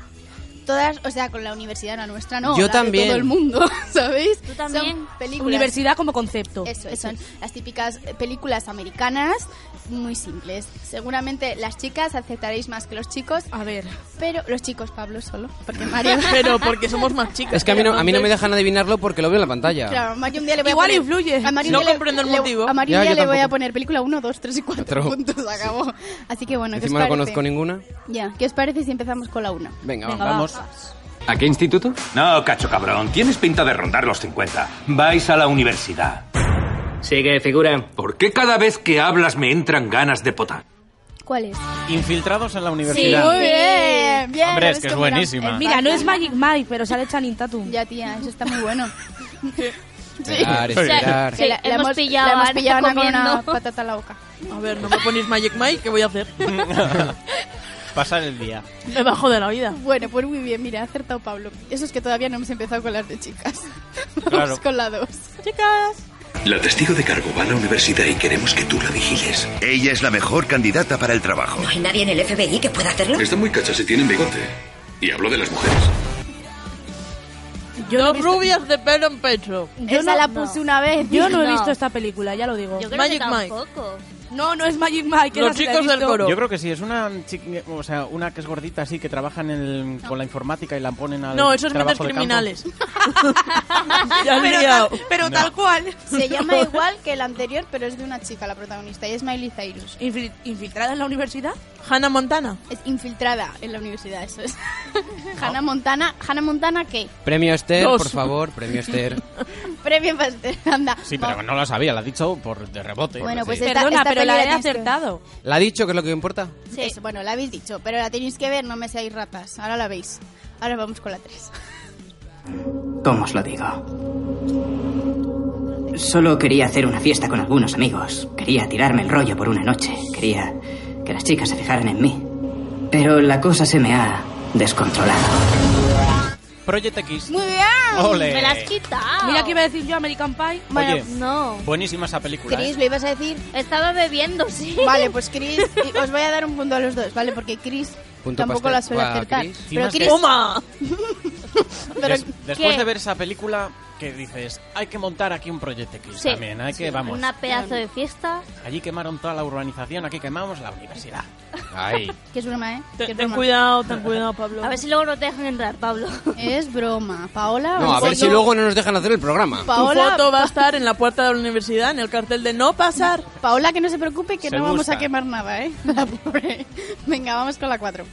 Speaker 8: Todas, o sea, con la universidad, la nuestra no, la
Speaker 2: Yo
Speaker 8: de
Speaker 2: también.
Speaker 8: todo el mundo, ¿sabéis? Tú
Speaker 6: también.
Speaker 8: películas.
Speaker 6: Universidad como concepto.
Speaker 8: Eso, es, son las típicas eh, películas americanas muy simples. Seguramente las chicas aceptaréis más que los chicos.
Speaker 6: A ver.
Speaker 8: Pero los chicos, Pablo, solo. Porque Mario.
Speaker 9: Pero porque somos más chicas.
Speaker 2: Es que a mí, no, a mí no me dejan adivinarlo porque lo veo en la pantalla.
Speaker 8: Claro, a Mario un día le voy a
Speaker 9: Igual
Speaker 8: poner-
Speaker 9: influye.
Speaker 8: a Mario un
Speaker 9: No
Speaker 8: día le-
Speaker 9: comprendo el
Speaker 8: le-
Speaker 9: motivo.
Speaker 8: A Mario
Speaker 2: Ya,
Speaker 8: un día
Speaker 2: yo
Speaker 8: le voy a
Speaker 2: tampoco.
Speaker 8: poner película 1, 2, 3 y 4
Speaker 2: Cuatro.
Speaker 8: puntos. Acabó. Así que bueno, ¿qué os
Speaker 2: Encima no
Speaker 8: parece?
Speaker 2: conozco ninguna.
Speaker 8: Ya, ¿qué os parece si empezamos con la 1?
Speaker 2: Venga,
Speaker 8: Venga,
Speaker 2: vamos.
Speaker 8: va.
Speaker 29: ¿A qué instituto? No, cacho cabrón, tienes pinta de rondar los 50. Vais a la universidad. Sigue, figura. ¿Por qué cada vez que hablas me entran ganas de potar?
Speaker 8: ¿Cuál es?
Speaker 3: Infiltrados en la
Speaker 8: Sí,
Speaker 3: universidad.
Speaker 8: muy bien. bien
Speaker 3: Hombre, es
Speaker 8: lo ves
Speaker 3: que es
Speaker 8: como una-
Speaker 3: buenísima.
Speaker 8: Eh,
Speaker 6: Mira, no es Magic Mike, pero sale Channing Tatum.
Speaker 8: Ya, tía, eso está muy bueno.
Speaker 2: Esperar, esperar.
Speaker 8: Que la,
Speaker 9: Sí,
Speaker 8: la
Speaker 9: hemos
Speaker 8: hemos
Speaker 9: pillado
Speaker 8: la hemos
Speaker 9: a Ana
Speaker 8: pillado a Ana con una
Speaker 9: comiendo.
Speaker 8: patata en la boca.
Speaker 9: A ver, no me ponéis Magic Mike, ¿qué voy a hacer?
Speaker 3: Pasar el día.
Speaker 9: Me bajo de la vida.
Speaker 8: Bueno, pues muy bien, mira, ha acertado Pablo. Eso es que todavía no hemos empezado con las de chicas. Vamos
Speaker 26: Claro.
Speaker 8: con la dos. Chicas.
Speaker 26: La testigo de cargo va a la universidad y queremos que tú la vigiles.
Speaker 13: Ella es la mejor candidata para el trabajo.
Speaker 20: ¿Hay nadie en el FBI que pueda hacerlo?
Speaker 26: Está muy cacha si tienen bigote. Y hablo de las mujeres.
Speaker 9: Dos rubias de pelo en pecho.
Speaker 8: Esa la puse una vez.
Speaker 6: Yo no he
Speaker 8: No.
Speaker 6: visto esta película, ya lo digo.
Speaker 9: Yo creo que Magic Mike.
Speaker 6: No, no es Magic Mike. esa sí la he visto.
Speaker 3: Yo creo que sí, es una chica- o sea, una que es gordita así, que trabaja en el- con la informática y la ponen al
Speaker 9: No, esos
Speaker 3: trabajo de campo.
Speaker 9: mentes criminales.
Speaker 8: Ya
Speaker 9: has
Speaker 8: pero
Speaker 9: liado.
Speaker 8: tal, pero
Speaker 3: No.
Speaker 8: tal cual. Se llama igual que el anterior, pero es de una chica la protagonista. Y es Miley Cyrus.
Speaker 6: ¿Infiltrada en la universidad?
Speaker 9: Hannah Montana.
Speaker 8: Es infiltrada en la universidad, eso es. Hannah Montana. ¿Hannah Montana qué?
Speaker 2: Premio Esther,
Speaker 8: Dos.
Speaker 2: por favor, premio Esther.
Speaker 8: Premio Pastel. Anda.
Speaker 3: Sí, pero no lo sabía, la ha dicho por de rebote.
Speaker 8: Bueno,
Speaker 3: Sí.
Speaker 8: pues esta-
Speaker 6: Perdona,
Speaker 8: esta
Speaker 6: pero
Speaker 8: peli
Speaker 6: la he
Speaker 8: tienes que-
Speaker 6: acertado.
Speaker 2: ¿La ha dicho que es lo que importa?
Speaker 8: Sí. Eso, bueno, la habéis dicho, pero la tenéis que ver, no me seáis ratas. Ahora la veis. Ahora vamos con la 3.
Speaker 29: ¿Cómo os lo digo? Solo quería hacer una fiesta con algunos amigos. Quería tirarme el rollo por una noche. Quería que las chicas se fijaran en mí. Pero la cosa se me ha descontrolado.
Speaker 3: Project X.
Speaker 8: Muy bien.
Speaker 3: Ole. Me la has
Speaker 8: quitado.
Speaker 6: Mira que iba a decir yo American Pie.
Speaker 3: Bueno, Oye.
Speaker 8: no.
Speaker 3: Buenísima esa película. ¿eh?
Speaker 8: Chris, ¿lo ibas a decir? Estaba bebiendo, sí. Vale, pues Chris, y os voy a dar un punto a los dos, ¿vale? Porque Chris
Speaker 3: Punto
Speaker 8: tampoco
Speaker 3: pastel.
Speaker 8: la suele
Speaker 3: Guau,
Speaker 8: acertar.
Speaker 3: Chris.
Speaker 8: Pero
Speaker 3: Encima
Speaker 8: Chris...
Speaker 3: es que- ¡Toma!
Speaker 8: Pero,
Speaker 3: Des- después
Speaker 13: ¿qué?
Speaker 3: de ver esa película, que dices, hay que montar aquí un Project X
Speaker 13: Sí.
Speaker 3: también, hay que, vamos.
Speaker 13: Una pedazo de fiesta.
Speaker 3: Allí quemaron toda la urbanización, aquí quemamos la universidad.
Speaker 8: Que es broma, ¿eh? Que es
Speaker 9: Ten
Speaker 8: broma.
Speaker 9: cuidado, ten cuidado, Pablo.
Speaker 13: A ver si luego no te dejan entrar, Pablo.
Speaker 8: Es broma. Paola...
Speaker 2: No, a ver si luego no nos dejan hacer el programa.
Speaker 9: Tu foto va a estar en la puerta de la universidad, en el cartel de no pasar.
Speaker 8: Paola, que no se preocupe, que
Speaker 2: Se
Speaker 8: no vamos
Speaker 2: gusta.
Speaker 8: a quemar nada, ¿eh? La pobre. Venga, vamos con la 4.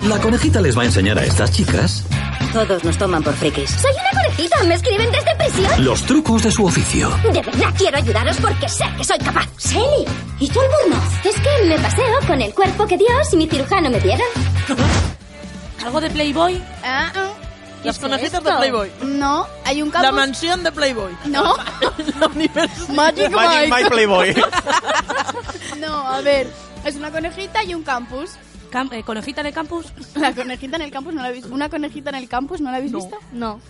Speaker 13: La conejita les va a enseñar a estas chicas
Speaker 4: Todos nos toman por frikis.
Speaker 28: Soy una conejita, me escriben desde prisión.
Speaker 13: los trucos de su oficio.
Speaker 28: De verdad quiero ayudaros porque sé que soy capaz. Sally, ¿y tú Albornoz? Es que me paseo con el cuerpo que Dios y mi cirujano me dieron.
Speaker 6: ¿Algo de Playboy?
Speaker 8: Ah, ah. ¿Qué
Speaker 9: Las
Speaker 8: es
Speaker 9: conejitas
Speaker 8: esto?
Speaker 9: de Playboy.
Speaker 8: No, hay un
Speaker 9: La
Speaker 8: campus...
Speaker 9: mansión de Playboy.
Speaker 8: No.
Speaker 9: la universidad.
Speaker 8: Magic Magic Mike. Mike
Speaker 3: Playboy.
Speaker 8: No, a ver. Es una conejita y un campus.
Speaker 6: eh, ¿Conejita en el campus?
Speaker 8: La conejita en el campus no la habéis visto. ¿Una conejita en el campus no la habéis visto? Pues No.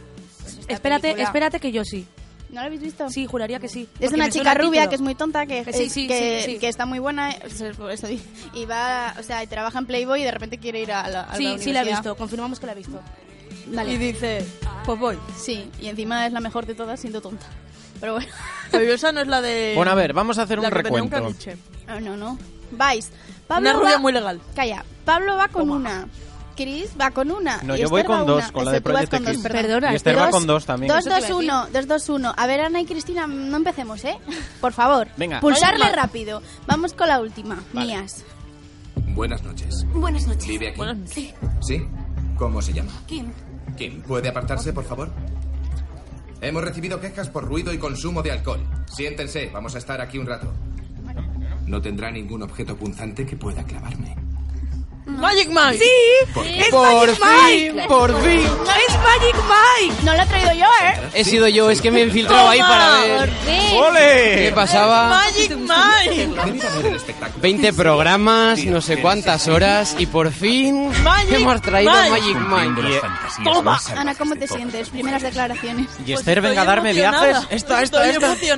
Speaker 6: Espérate, espérate que yo sí.
Speaker 8: ¿No la habéis visto?
Speaker 6: Sí, juraría que sí.
Speaker 8: Es
Speaker 6: Porque
Speaker 8: una
Speaker 6: me suena
Speaker 8: chica
Speaker 6: el
Speaker 8: rubia
Speaker 6: título.
Speaker 8: que es muy tonta, que,
Speaker 6: Sí,
Speaker 8: es-
Speaker 6: sí,
Speaker 8: que,
Speaker 6: sí, sí.
Speaker 8: que está muy buena, eh, o sea, por eso di- y va, o sea, y trabaja en Playboy y de repente quiere ir a la, a
Speaker 6: Sí, sí la he
Speaker 8: universidad.
Speaker 6: visto. Confirmamos que la he visto.
Speaker 8: Vale.
Speaker 9: Y dice, pues voy.
Speaker 8: Sí, y encima es la mejor de todas siendo tonta. Pero bueno.
Speaker 9: Pero esa no es la de...
Speaker 3: Bueno, a ver, vamos a hacer un
Speaker 9: la que tenía
Speaker 3: recuento.
Speaker 9: caniche.
Speaker 8: Ah, no, no. Vais.
Speaker 9: Una rubia
Speaker 8: va-
Speaker 9: muy legal.
Speaker 8: Calla. Pablo va con una. Chris va con una.
Speaker 3: No,
Speaker 8: y
Speaker 3: yo voy
Speaker 8: Esther va
Speaker 3: con dos,
Speaker 8: una.
Speaker 3: con la de
Speaker 8: Esther, tú vas
Speaker 3: Project
Speaker 8: con dos,
Speaker 3: X.
Speaker 8: perdón.
Speaker 3: Perdona, Y Esther va con dos también.
Speaker 8: Dos,
Speaker 3: Eso te
Speaker 8: dos,
Speaker 3: iba a
Speaker 8: uno. Dos, dos, uno. A ver, Ana y Cristina, no empecemos, ¿eh? Por favor.
Speaker 29: Venga.
Speaker 8: Pulsarle
Speaker 29: Vaya mal.
Speaker 8: rápido. Vamos con la última.
Speaker 29: Vale.
Speaker 8: Mías.
Speaker 29: Buenas noches. Buenas noches.
Speaker 14: ¿Vive aquí? Buenas
Speaker 29: noches. ¿Sí? ¿Cómo se llama?
Speaker 14: Kim.
Speaker 29: Kim, ¿puede apartarse, por favor? Hemos recibido quejas por ruido y consumo de alcohol. Siéntense, vamos a estar aquí un rato. No tendrá ningún objeto punzante que pueda clavarme.
Speaker 9: Magic Mike.
Speaker 29: Sí, Por- es Magic Mike.
Speaker 2: por fin.
Speaker 8: ¡Es Magic Mike! No lo he traído yo, ¿eh?
Speaker 2: He sido yo, es que me he infiltrado ahí para ver. ¿Qué pasaba?
Speaker 9: Magic Mike.
Speaker 29: Venid a ver el espectáculo.
Speaker 2: 20 programas, no sé cuántas horas y por fin hemos traído a Magic Mind.
Speaker 8: Toma. Ana, ¿cómo te sientes? Primeras declaraciones.
Speaker 2: Y Esther venga a darme viajes. Esta, esta, esta.
Speaker 6: Sí,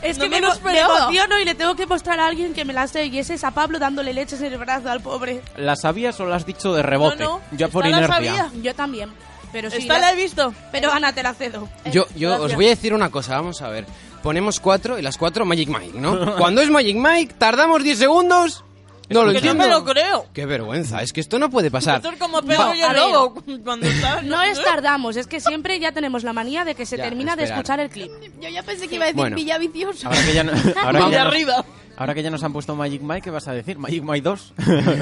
Speaker 6: es
Speaker 9: No
Speaker 6: que
Speaker 9: me
Speaker 6: me,
Speaker 9: lo
Speaker 6: emo- me
Speaker 9: esperaba.
Speaker 6: emociono y le tengo que mostrar a alguien que me la sé. Y ese es a Pablo dándole leches en el brazo al pobre.
Speaker 3: ¿La sabías o la has dicho de rebote?
Speaker 6: No,
Speaker 3: Yo por
Speaker 6: la
Speaker 3: inercia.
Speaker 6: sabía. Yo también. Pero sí,
Speaker 9: Esta la he visto.
Speaker 6: Pero Ana, te la cedo.
Speaker 2: Yo, yo os voy a decir una cosa, vamos a ver. Ponemos cuatro y las cuatro Magic Mike, ¿no? Cuando es Magic Mike, tardamos 10 segundos No lo
Speaker 9: que no
Speaker 2: entiendo.
Speaker 9: me lo creo.
Speaker 2: Qué vergüenza, es que esto no puede pasar.
Speaker 9: Esto es como Pedro y el lobo. Cuando está,
Speaker 6: No es tardamos, es que siempre ya tenemos la manía de que se
Speaker 3: Ya,
Speaker 6: termina de
Speaker 3: esperar.
Speaker 6: escuchar el clip.
Speaker 8: Yo ya pensé que iba a decir
Speaker 3: Bueno.
Speaker 8: Villa Viciosa.
Speaker 3: Ahora que ya no- ahora que
Speaker 8: Villa
Speaker 3: ya no-
Speaker 8: arriba.
Speaker 3: Ahora que ya nos han puesto Magic Mike, ¿qué vas a decir? Magic Mike 2.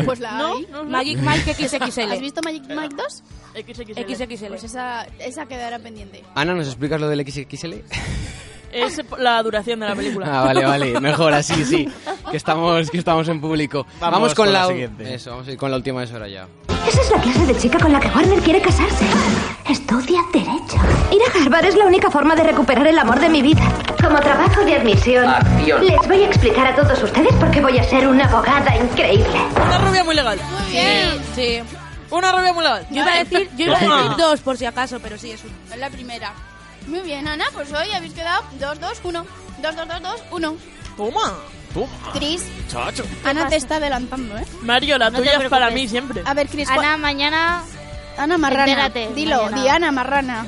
Speaker 8: Pues la hay.
Speaker 6: Magic Mike XXL.
Speaker 8: ¿Has visto Magic Mike 2?
Speaker 6: XXL.
Speaker 8: Pues esa, esa quedará pendiente.
Speaker 2: Ana, ¿nos explicas lo del XXL?
Speaker 9: Es la duración de la película.
Speaker 2: Ah, vale, vale, mejor así, sí. Que estamos, que estamos en público. Vamos, con, la,
Speaker 3: siguiente.
Speaker 2: Eso, vamos a ir con la última deshora ya.
Speaker 28: Esa es la clase de chica con la que Warner quiere casarse. Estudia Derecho. Ir a Harvard es la única forma de recuperar el amor de mi vida. Como trabajo de admisión,
Speaker 14: Acción.
Speaker 28: les voy a explicar a todos ustedes por qué voy a ser una abogada increíble.
Speaker 9: Una rubia muy legal. Muy
Speaker 6: bien. Sí.
Speaker 9: Una rubia muy legal.
Speaker 6: Yo iba a decir, yo iba a decir dos por si acaso, pero sí es uno.
Speaker 8: Es la primera. Muy bien, Ana, pues hoy habéis quedado 2-2-1. 2-2-2-2-1.
Speaker 9: Toma.
Speaker 8: Cris,
Speaker 9: Chacho.
Speaker 8: Ana te está adelantando, ¿eh?
Speaker 9: Mario, la
Speaker 8: No te
Speaker 9: tuya es para
Speaker 8: preocupes.
Speaker 9: mí siempre.
Speaker 8: A ver, Cris.
Speaker 15: Ana,
Speaker 8: mañana. Ana Marrana.
Speaker 15: Entérate,
Speaker 8: Dilo,
Speaker 15: mañana.
Speaker 8: Diana Marrana.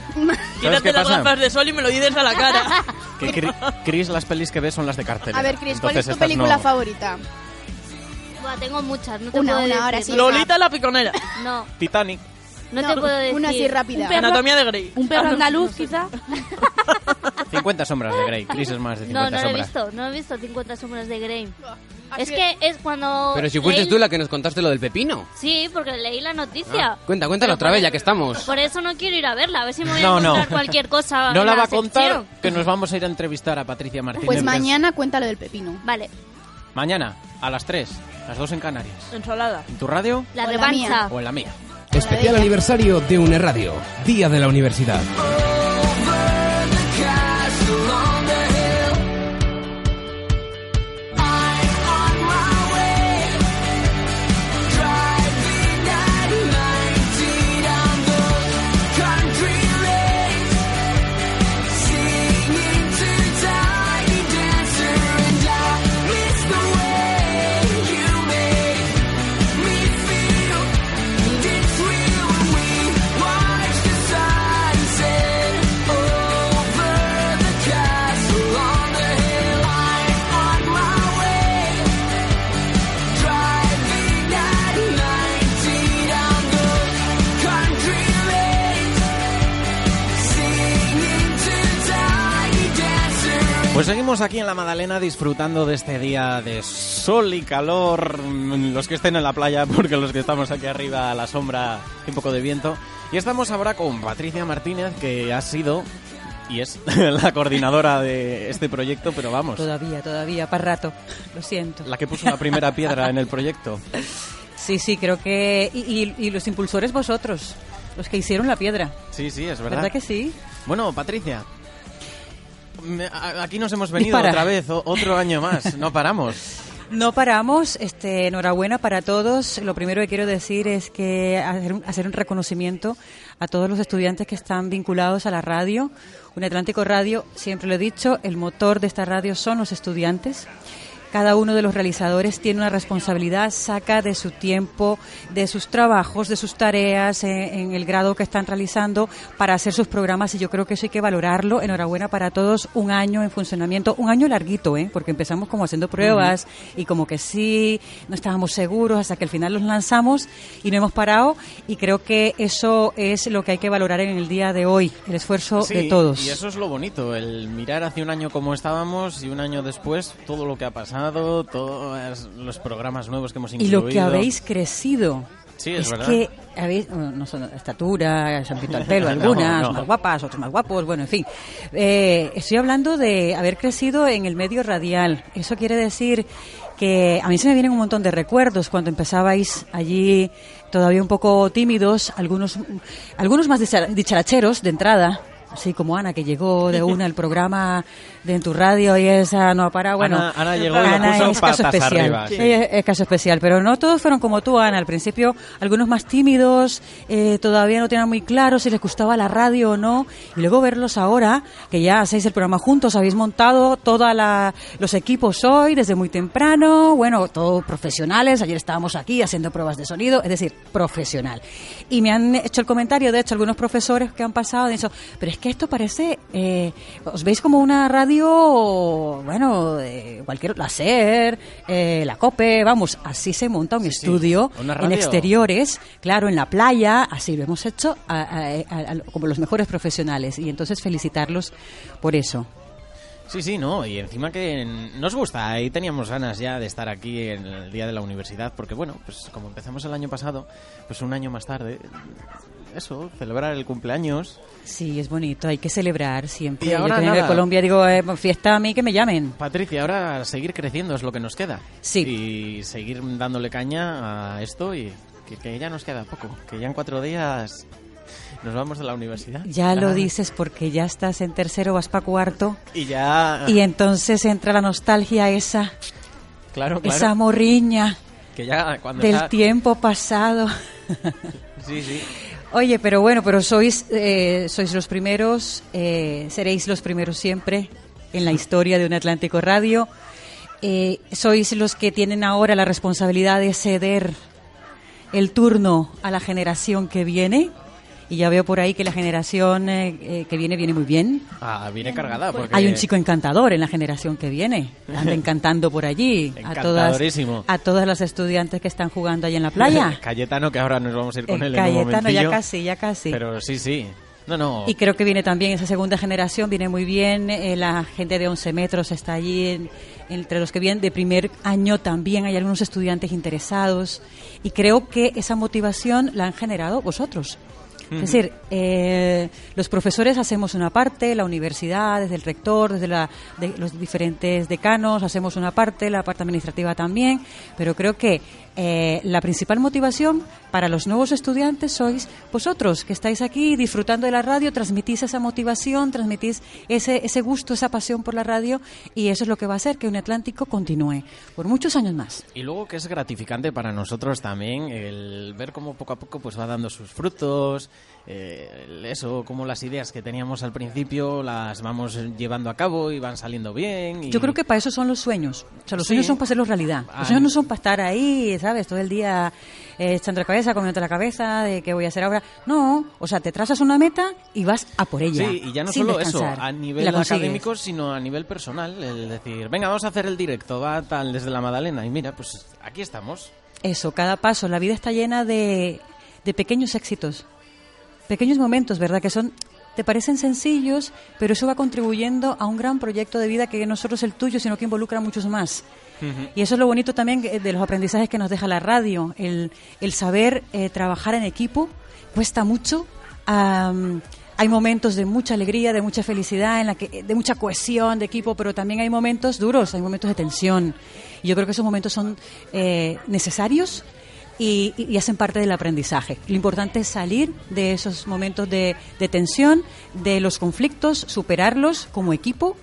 Speaker 9: Quítate
Speaker 3: qué
Speaker 9: las
Speaker 3: pasa?
Speaker 9: gafas de sol y me lo dices a la cara.
Speaker 3: Que Cri- Chris, las pelis que ve son las de cartel.
Speaker 8: A ver, Cris, ¿cuál es tu película favorita?
Speaker 15: Buah, tengo muchas, no te
Speaker 8: Una,
Speaker 15: puedo
Speaker 8: una,
Speaker 15: decir.
Speaker 8: ahora sí.
Speaker 9: Lolita la piconera.
Speaker 15: No,
Speaker 3: Titanic.
Speaker 15: no, te puedo decir.
Speaker 8: una así rápida.
Speaker 15: Un perro-
Speaker 9: Anatomía de Grey.
Speaker 6: Un perro andaluz, quizá.
Speaker 3: 50 sombras de Grey. Chris es más de
Speaker 15: No, no
Speaker 3: 50
Speaker 15: lo he
Speaker 3: sombras.
Speaker 15: visto, no he visto 50 sombras de Grey.
Speaker 6: Ah,
Speaker 15: Es que es cuando...
Speaker 2: Pero si fuiste
Speaker 15: leí-
Speaker 2: tú la que nos contaste lo del pepino. Ah,
Speaker 15: Sí, porque leí la
Speaker 3: Ah.
Speaker 15: noticia.
Speaker 2: Cuenta, cuéntalo otra vez, ya que estamos.
Speaker 15: Por eso no quiero ir a verla, a ver si me voy a
Speaker 3: No, no.
Speaker 15: encontrar cualquier cosa.
Speaker 3: No
Speaker 15: en
Speaker 3: la va a contar
Speaker 15: sección.
Speaker 3: que nos vamos a ir a entrevistar a Patricia Martínez.
Speaker 8: Pues
Speaker 3: que es-
Speaker 8: mañana cuenta lo del pepino.
Speaker 15: Vale.
Speaker 3: Mañana, a las 3, las 2 en Canarias.
Speaker 9: Ensalada.
Speaker 3: ¿En tu radio?
Speaker 15: La
Speaker 8: O la
Speaker 15: revancha.
Speaker 8: mía.
Speaker 3: ¿O en la mía?
Speaker 2: Especial aniversario de UNE Radio, Día de la Universidad.
Speaker 10: Castle on the hill. Eyes on my way. Driving at 90 on the country road. Singing to tiny dancer, and I miss the way you make me feel. And it's real when we watch the sunset over the castle on the hill. I'm on my way, driving at 90 down the country lane, singing to tiny dancer.
Speaker 3: Pues seguimos aquí en la Madalena disfrutando de este día de sol y calor. Mm, Los que estén en la playa, porque los que estamos aquí arriba a la sombra, y un poco de viento. Y estamos ahora con Patricia Martínez, que ha sido y es la coordinadora de este proyecto, pero vamos,
Speaker 17: Todavía, todavía, para rato. Lo siento.
Speaker 3: la que puso la primera piedra en el proyecto.
Speaker 17: Sí, sí, creo que... Y, y- y los impulsores vosotros, los que hicieron la piedra.
Speaker 3: Sí, sí, es verdad.
Speaker 17: ¿Verdad, que sí?
Speaker 3: Bueno, Patricia. me- a- Aquí nos hemos venido
Speaker 17: Dispara.
Speaker 3: otra vez, o- otro año más, no paramos.
Speaker 17: No paramos, este, enhorabuena para todos. Lo primero que quiero decir es que hacer, un- hacer un reconocimiento a todos los estudiantes que están vinculados a la radio. Un Atlántico Radio, siempre lo he dicho, el motor de esta radio son los estudiantes. Cada uno de los realizadores tiene una responsabilidad, saca de su tiempo, de sus trabajos, de sus tareas, eh, en, el grado que están realizando para hacer sus programas y yo creo que eso hay que valorarlo. Enhorabuena para todos, un año en funcionamiento, un año larguito, ¿eh? porque empezamos como haciendo pruebas y como que sí, no estábamos seguros hasta que al final los lanzamos y no hemos parado y creo que eso es lo que hay que valorar en el día de hoy, el esfuerzo
Speaker 3: Sí,
Speaker 17: de todos.
Speaker 3: Y eso es lo bonito, el mirar hacia un año como estábamos y un año después todo lo que ha pasado, todos los programas nuevos que hemos
Speaker 17: Y
Speaker 3: incluido.
Speaker 17: lo que habéis crecido.
Speaker 3: Sí, es verdad.
Speaker 17: que habéis, bueno, no son estatura, se han pintado el pelo
Speaker 3: No,
Speaker 17: algunas,
Speaker 3: no.
Speaker 17: más guapas, otros más guapos, bueno, en fin. Eh, estoy hablando de haber crecido en el medio radial. Eso quiere decir que a mí se me vienen un montón de recuerdos cuando empezabais allí todavía un poco tímidos, algunos, algunos más dichar- dicharacheros de entrada. Así como Ana, que llegó de una al programa de En tu Radio y esa no ha parado. Bueno,
Speaker 3: Ana- Ana llegó y lo puso
Speaker 17: es caso
Speaker 3: patas
Speaker 17: especial.
Speaker 3: arriba, sí.
Speaker 17: Ella es caso especial, pero no todos fueron como tú, Ana. Al principio, algunos más tímidos, eh, todavía no tenían muy claro si les gustaba la radio o no. Y luego verlos ahora, que ya hacéis el programa juntos, habéis montado todos los equipos hoy, desde muy temprano. Bueno, todos profesionales. Ayer estábamos aquí haciendo pruebas de sonido, es decir, profesional. Y me han hecho el comentario, de hecho, algunos profesores que han pasado, han dicho, pero es que esto parece, eh, os veis como una radio radio, bueno, eh, cualquier, la SER, eh, la COPE, vamos, así se monta un estudio
Speaker 3: Una
Speaker 17: en
Speaker 3: radio.
Speaker 17: exteriores, claro, en la playa, así lo hemos hecho a- a- a- a- como los mejores profesionales y entonces felicitarlos por eso.
Speaker 3: Sí, sí, no, y encima que nos gusta, ahí teníamos ganas ya de estar aquí en el día de la universidad, porque bueno, pues como empezamos el año pasado, pues un año más tarde, eso, celebrar el cumpleaños.
Speaker 17: Sí, es bonito, hay que celebrar siempre.
Speaker 3: Y ahora
Speaker 17: Yo que vengo de
Speaker 3: nada.
Speaker 17: Colombia digo, eh, fiesta a mí que me llamen.
Speaker 3: Patricia, ahora seguir creciendo es lo que nos queda.
Speaker 17: Sí.
Speaker 3: Y seguir dándole caña a esto y que, que ya nos queda poco, que ya en cuatro días nos vamos de la universidad.
Speaker 17: Ya
Speaker 3: Ah,
Speaker 17: lo dices porque ya estás en tercero, vas para cuarto
Speaker 3: Y ya...
Speaker 17: y entonces entra la nostalgia esa,
Speaker 3: claro, claro.
Speaker 17: esa morriña
Speaker 3: Que ya cuando
Speaker 17: del
Speaker 3: está-
Speaker 17: tiempo pasado.
Speaker 3: Sí, sí.
Speaker 17: Oye, pero bueno, pero sois, eh, sois los primeros, eh, seréis los primeros siempre en la historia de un Atlántico Radio. Eh, sois los que tienen ahora la responsabilidad de ceder el turno a la generación que viene. Y ya veo por ahí que la generación eh, eh, que viene viene muy bien.
Speaker 3: Ah, viene cargada porque...
Speaker 17: Pues Hay un chico encantador en la generación que viene. Anda encantando por allí a todas,
Speaker 3: Encantadorísimo.
Speaker 17: a todas las estudiantes que están jugando allí en la playa.
Speaker 3: Cayetano, que ahora nos vamos a ir con él
Speaker 17: El
Speaker 3: en un
Speaker 17: Cayetano,
Speaker 3: momentillo.
Speaker 17: ya casi, ya casi.
Speaker 3: Pero sí, sí. No, no.
Speaker 17: Y creo que viene también esa segunda generación, viene muy bien. eh, la gente de 11 metros está allí. en- entre los que vienen de primer año también hay algunos estudiantes interesados. Y creo que esa motivación la han generado vosotros. Es
Speaker 1: Ujú.
Speaker 17: decir, eh, los profesores hacemos una parte, la universidad, desde el rector, desde la- de los diferentes decanos, hacemos una parte, la parte administrativa también, pero creo que eh, la principal motivación para los nuevos estudiantes sois vosotros, que estáis aquí disfrutando de la radio, transmitís esa motivación, transmitís ese, ese gusto, esa pasión por la radio, y eso es lo que va a hacer que un Atlántico continúe por muchos años más.
Speaker 3: Y luego que es gratificante para nosotros también el ver cómo poco a poco pues va dando sus frutos, eh, el- eso, cómo las ideas que teníamos al principio las vamos llevando a cabo y van saliendo bien. y-
Speaker 17: Yo creo que para eso son los sueños. O sea, los
Speaker 3: Sí.
Speaker 17: sueños son para hacerlos realidad.
Speaker 3: Ah,
Speaker 17: Los sueños no son para estar ahí, ¿sabes? Todo el día eh, echando la cabeza, comiéndote la cabeza, de qué voy a hacer ahora. No, o sea, te trazas una meta y vas a por ella.
Speaker 3: Sí, y ya no
Speaker 17: sin
Speaker 3: solo
Speaker 17: descansar.
Speaker 3: eso, a
Speaker 17: Y
Speaker 3: nivel
Speaker 17: la consigues.
Speaker 3: académico, sino a nivel personal. El decir, venga, vamos a hacer el directo, va tal, desde la Madalena. Y mira, pues aquí estamos.
Speaker 17: Eso, cada paso. La vida está llena de, de pequeños éxitos. Pequeños momentos, ¿verdad? Que son te parecen sencillos, pero eso va contribuyendo a un gran proyecto de vida que no solo es el tuyo, sino que involucra a muchos más. Y eso es lo bonito también eh, de los aprendizajes que nos deja la radio, el, el saber eh, trabajar en equipo, cuesta mucho. Am, hay momentos de mucha alegría, de mucha felicidad, en la que, de mucha cohesión de equipo, pero también hay momentos duros, hay momentos de tensión. Y yo creo que esos momentos son eh, necesarios y, y- y hacen parte del aprendizaje. Lo importante es salir de esos momentos de, de tensión, de los conflictos, superarlos como equipo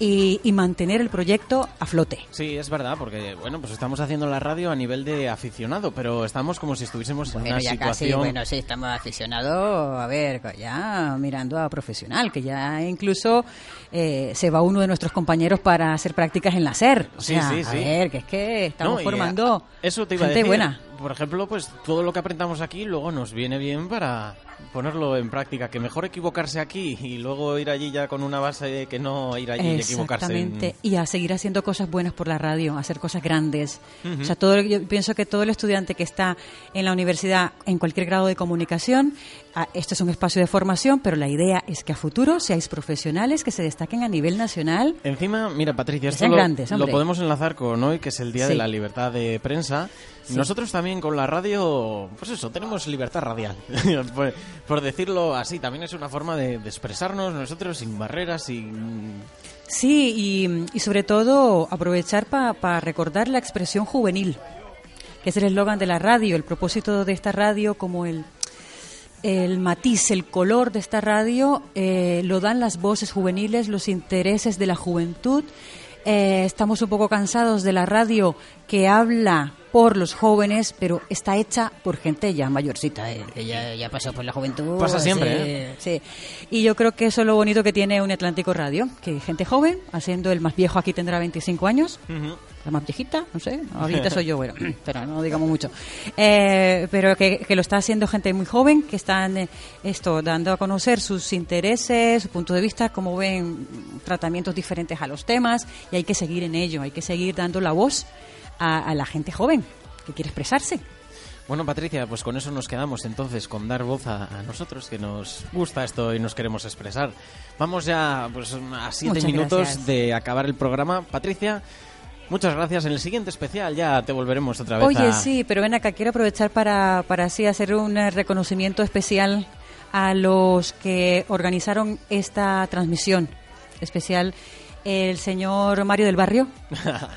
Speaker 17: y- y mantener el proyecto a flote.
Speaker 3: Sí, es verdad, porque bueno, pues estamos haciendo la radio a nivel de aficionado, pero estamos como si estuviésemos en
Speaker 17: Bueno,
Speaker 3: una
Speaker 17: ya
Speaker 3: situación.
Speaker 17: casi, bueno, sí, estamos aficionados, a ver, ya mirando a profesional, que ya incluso eh, se va uno de nuestros compañeros para hacer prácticas en la SER. O
Speaker 3: Sí,
Speaker 17: sea,
Speaker 3: sí, sí.
Speaker 17: a ver, que es que estamos
Speaker 3: No, y,
Speaker 17: formando
Speaker 3: ah, eso te iba a
Speaker 17: gente
Speaker 3: decir.
Speaker 17: buena.
Speaker 3: Por ejemplo, pues todo lo que aprendamos aquí luego nos viene bien para ponerlo en práctica. Que mejor equivocarse aquí y luego ir allí ya con una base que no ir allí y equivocarse. en-
Speaker 17: Exactamente, y a seguir haciendo cosas buenas por la radio, a hacer cosas grandes.
Speaker 3: Ujú.
Speaker 17: O sea, todo, yo pienso que todo el estudiante que está en la universidad, en cualquier grado de comunicación, a- esto es un espacio de formación, pero la idea es que a futuro seáis profesionales que se destaquen a nivel nacional
Speaker 3: Encima, mira, Patricia, esto
Speaker 17: sean
Speaker 3: lo,
Speaker 17: grandes,
Speaker 3: lo
Speaker 17: hombre.
Speaker 3: podemos enlazar con hoy, que es el Día de
Speaker 17: Sí.
Speaker 3: la Libertad de Prensa.
Speaker 17: Sí.
Speaker 3: Nosotros también con la radio, pues eso, tenemos libertad radial. por, por decirlo así, también es una forma de, de expresarnos nosotros sin barreras, sin...
Speaker 17: Sí, y, y sobre todo aprovechar para recordar la expresión juvenil, que es el eslogan de la radio, el propósito de esta radio como el, el matiz, el color de esta radio, eh, lo dan las voces juveniles, los intereses de la juventud. Eh, estamos un poco cansados de la radio que habla por los jóvenes, pero está hecha por gente ya mayorcita. eh,
Speaker 1: Ella ya pasó por la juventud.
Speaker 3: Pasa
Speaker 1: así-
Speaker 3: siempre, ¿eh?
Speaker 17: Sí. Y yo creo que eso es lo bonito que tiene un Atlántico Radio, que gente joven, haciendo el más viejo aquí tendrá 25 años, la más viejita, no sé, ahorita soy yo, bueno, pero no digamos mucho. Eh, pero que, que lo está haciendo gente muy joven, que están eh, esto dando a conocer sus intereses, su punto de vista, cómo ven tratamientos diferentes a los temas, y hay que seguir en ello, hay que seguir dando la voz a, a la gente joven que quiere expresarse.
Speaker 3: Bueno, Patricia, pues con eso nos quedamos entonces, con dar voz a, a nosotros, que nos gusta esto y nos queremos expresar. Vamos ya pues, a siete
Speaker 17: Muchas
Speaker 3: minutos
Speaker 17: gracias.
Speaker 3: de acabar el programa. Patricia, muchas gracias. En el siguiente especial ya te volveremos otra vez
Speaker 17: Oye,
Speaker 3: a...
Speaker 17: sí, pero ven acá, quiero aprovechar para, para así hacer un eh, reconocimiento especial a los que organizaron esta transmisión especial. El señor Mario del Barrio.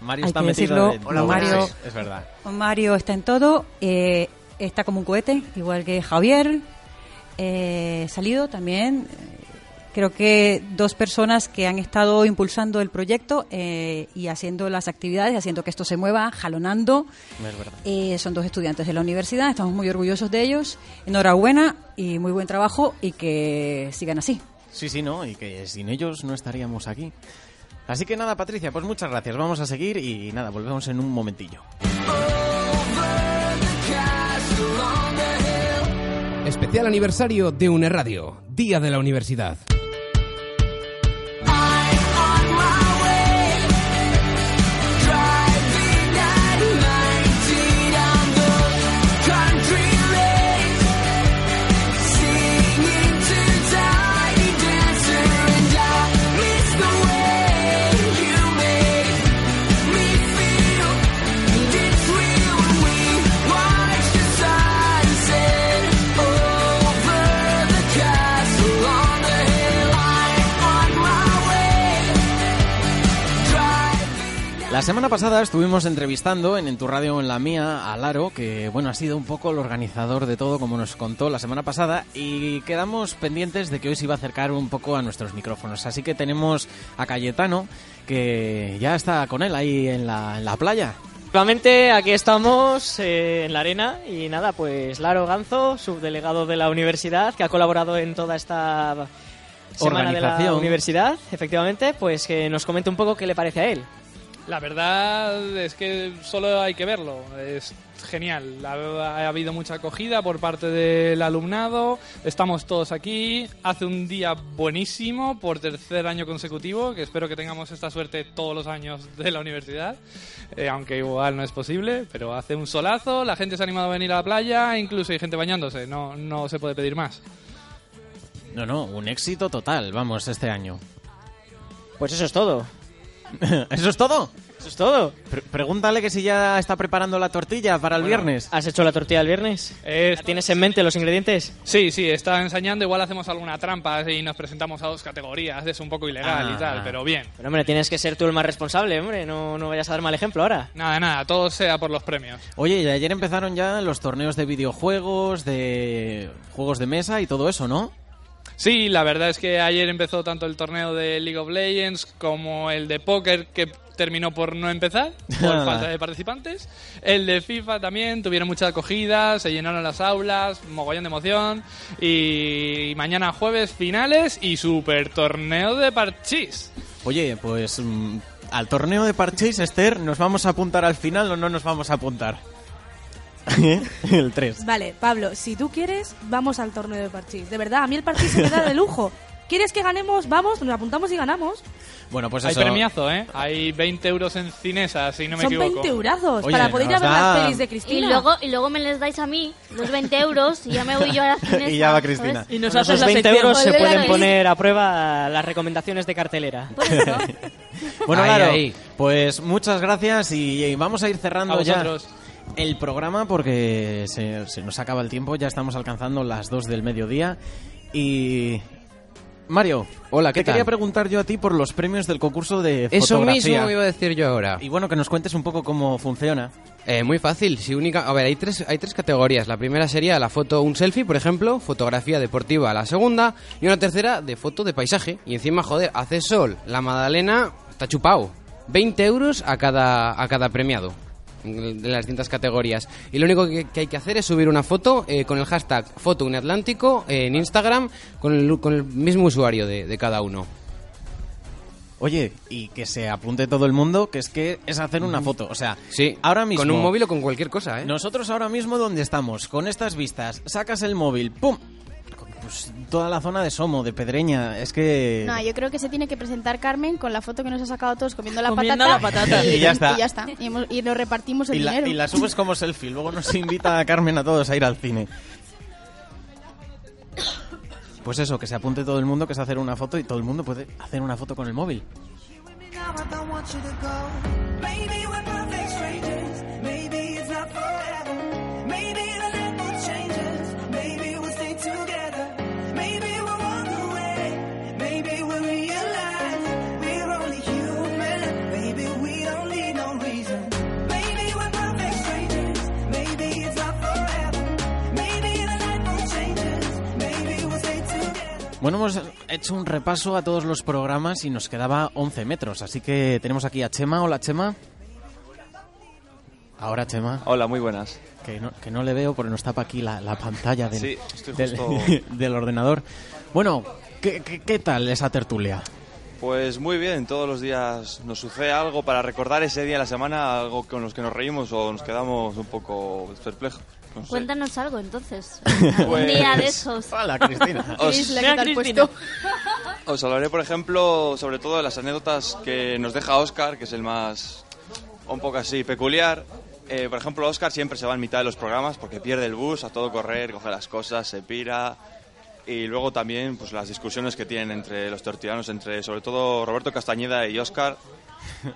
Speaker 3: Mario
Speaker 17: Hay
Speaker 3: está
Speaker 17: que
Speaker 3: metido...
Speaker 17: decirlo,
Speaker 3: de- no, bueno,
Speaker 17: Mario-
Speaker 3: sí, es verdad.
Speaker 17: Mario está en todo, eh, está como un cohete, igual que Javier. eh, salido también. eh, Creo que dos personas que han estado impulsando el proyecto eh, y haciendo las actividades, haciendo que esto se mueva, jalonando.
Speaker 3: Es verdad.
Speaker 17: Eh, son dos estudiantes de la universidad, estamos muy orgullosos de ellos. Enhorabuena y muy buen trabajo y que sigan así.
Speaker 3: Sí, sí, no, y que sin ellos no estaríamos aquí. Así que nada, Patricia, pues muchas gracias. Vamos a seguir y nada, volvemos en un momentillo.
Speaker 2: Especial aniversario de UNE Radio, Día de la Universidad.
Speaker 3: La semana pasada estuvimos entrevistando en, En tu radio en la mía a Laro, que bueno, ha sido un poco el organizador de todo, como nos contó la semana pasada, y quedamos pendientes de que hoy se iba a acercar un poco a nuestros micrófonos. Así que tenemos a Cayetano, que ya está con él ahí en la, en la playa.
Speaker 14: Nuevamente aquí estamos eh, en la arena y nada, pues Laro Ganzo, subdelegado de la universidad, que ha colaborado en toda esta semana de la
Speaker 3: Organización.
Speaker 14: universidad, efectivamente, pues que nos comente un poco qué le parece a él.
Speaker 19: La verdad es que solo hay que verlo. Es genial. Ha, ha habido mucha acogida por parte del alumnado. Estamos todos aquí. Hace un día buenísimo por tercer año consecutivo, que espero que tengamos esta suerte todos los años de la universidad. Eh, aunque igual no es posible, pero hace un solazo. La gente se ha animado a venir a la playa. Incluso hay gente bañándose. No, no se puede pedir más.
Speaker 3: No, no, un éxito total, vamos, este año.
Speaker 14: Pues eso es todo.
Speaker 3: ¿Eso es todo?
Speaker 14: Eso es todo.
Speaker 3: pregúntale que si ya está preparando la tortilla para el viernes.
Speaker 14: ¿Has hecho la tortilla el viernes?
Speaker 19: Eh,
Speaker 14: ¿Tienes en mente los ingredientes?
Speaker 19: Sí, sí, está ensañando. Igual hacemos alguna trampa y nos presentamos a dos categorías. Es un poco ilegal
Speaker 14: Ah.
Speaker 19: y tal, pero bien.
Speaker 14: Pero hombre, tienes que ser tú el más responsable, hombre, no, no vayas a dar mal ejemplo ahora.
Speaker 19: Nada, nada, todo sea por los premios.
Speaker 3: Oye, y ayer empezaron ya los torneos de videojuegos, de juegos de mesa y todo eso, ¿no?
Speaker 19: Sí, la verdad es que ayer empezó tanto el torneo de League of Legends como el de póker que terminó por no empezar por falta de participantes. El de FIFA también tuvieron mucha acogida, se llenaron las aulas, mogollón de emoción y mañana jueves finales y super torneo de parchís.
Speaker 3: Oye, pues mm, al torneo de parchís, Esther, ¿nos vamos a apuntar al final o no nos vamos a apuntar? ¿Eh? el 3.
Speaker 6: Vale, Pablo, si tú quieres, vamos al torneo de parchís. De verdad, a mí el parchís se me da de lujo. ¿Quieres que ganemos? Vamos, nos apuntamos y ganamos.
Speaker 3: Bueno, pues
Speaker 19: Hay
Speaker 3: eso.
Speaker 19: premiazo, ¿eh? Hay 20 euros en Cinesa, si no me
Speaker 6: Son
Speaker 19: equivoco.
Speaker 6: 20 eurazos
Speaker 19: Oye,
Speaker 6: para poder ir a
Speaker 19: nos
Speaker 6: ver las
Speaker 19: da-
Speaker 6: pelis de
Speaker 15: Y
Speaker 6: Cristina.
Speaker 15: luego, y luego me les dais a mí los 20 euros y ya me voy yo a la cinesa.
Speaker 3: Y ya va Cristina.
Speaker 15: ¿sabes?
Speaker 14: Y
Speaker 15: nos
Speaker 14: nos
Speaker 15: haces la
Speaker 14: 20
Speaker 15: sección.
Speaker 14: euros se
Speaker 15: Volver a
Speaker 14: pueden
Speaker 15: la
Speaker 14: poner a prueba las recomendaciones de cartelera.
Speaker 3: Bueno,
Speaker 14: Ahí,
Speaker 3: claro,
Speaker 14: ahí.
Speaker 3: pues muchas gracias y, y vamos a ir cerrando
Speaker 14: A
Speaker 3: ya
Speaker 14: vosotros.
Speaker 3: el programa porque se, se nos acaba el tiempo, ya estamos alcanzando las 2 del mediodía y... Mario, hola,
Speaker 2: ¿qué
Speaker 3: te quería
Speaker 2: tal?
Speaker 3: preguntar yo a ti por los premios del concurso de
Speaker 2: Eso
Speaker 3: fotografía.
Speaker 2: mismo iba a decir yo ahora. Eh,
Speaker 3: Y bueno, que nos cuentes un poco cómo funciona.
Speaker 2: muy fácil, si única, a ver, hay tres, hay tres categorías. La primera sería la foto, un selfie, por ejemplo, fotografía deportiva, la segunda, y una tercera de foto de paisaje. Y encima, joder, hace sol, la Madalena está chupado. 20 euros a cada, a cada premiado. de las distintas categorías. Y lo único que, que hay que hacer es subir una foto eh, con el hashtag foto en Atlántico en Instagram con el, con el mismo usuario de, de cada uno.
Speaker 3: Oye, y que se apunte todo el mundo, que es que es hacer una foto. O sea,
Speaker 2: Sí,
Speaker 3: ahora mismo.
Speaker 2: con un móvil o con cualquier cosa, ¿eh?
Speaker 3: Nosotros ahora mismo donde estamos, con estas vistas, sacas el móvil, ¡pum! Pues toda la zona de Somo, de Pedreña, es que...
Speaker 8: No, yo creo que se tiene que presentar Carmen con la foto que nos ha sacado a todos comiendo la
Speaker 3: Comiendo
Speaker 8: patata.
Speaker 3: la patata. Y ya está.
Speaker 8: Y, Y hemos- y nos repartimos el
Speaker 3: y, la,
Speaker 8: dinero.
Speaker 3: y la subes como selfie, luego nos invita a Carmen a todos a ir al cine. Pues eso, que se apunte todo el mundo, que es hacer una foto y todo el mundo puede hacer una foto con el móvil.
Speaker 10: Now I don't want you to go. Maybe we're perfect strangers. Maybe it's not forever. Maybe the label changes. Maybe we'll stay together. Maybe we'll walk away. Maybe we'll realize we're only human. Maybe we don't need no reason. Maybe we're perfect strangers. Maybe it's not forever. Maybe the label changes. Maybe we'll stay together.
Speaker 3: Bueno, hemos hecho un repaso a todos los programas y nos quedaba 11 metros, así que tenemos aquí a Chema. Hola, Chema. Ahora, Chema.
Speaker 7: Hola, muy buenas.
Speaker 3: Que no, que no le veo porque nos tapa aquí la, la pantalla del,
Speaker 7: Sí, estoy
Speaker 3: del-
Speaker 7: justo-
Speaker 3: del ordenador. Bueno, ¿qué, qué, qué tal esa tertulia?
Speaker 7: Pues muy bien, todos los días nos sucede algo para recordar ese día de la semana, algo con los que nos reímos o nos quedamos un poco perplejos. No sé.
Speaker 11: Cuéntanos algo entonces. Un día
Speaker 3: Pues,
Speaker 11: de esos.
Speaker 7: Hola, Cristina. Os-
Speaker 11: Cris, la que
Speaker 7: Mira,
Speaker 11: te has
Speaker 7: Cristina.
Speaker 11: puesto.
Speaker 7: Os hablaré, por ejemplo, sobre todo de las anécdotas que nos deja Oscar, que es el más un poco así peculiar. Eh, por ejemplo, Oscar siempre se va en mitad de los programas porque pierde el bus, a todo correr, coge las cosas, se pira. Y luego también pues las discusiones que tienen entre los tertulianos, entre sobre todo Roberto Castañeda y Oscar,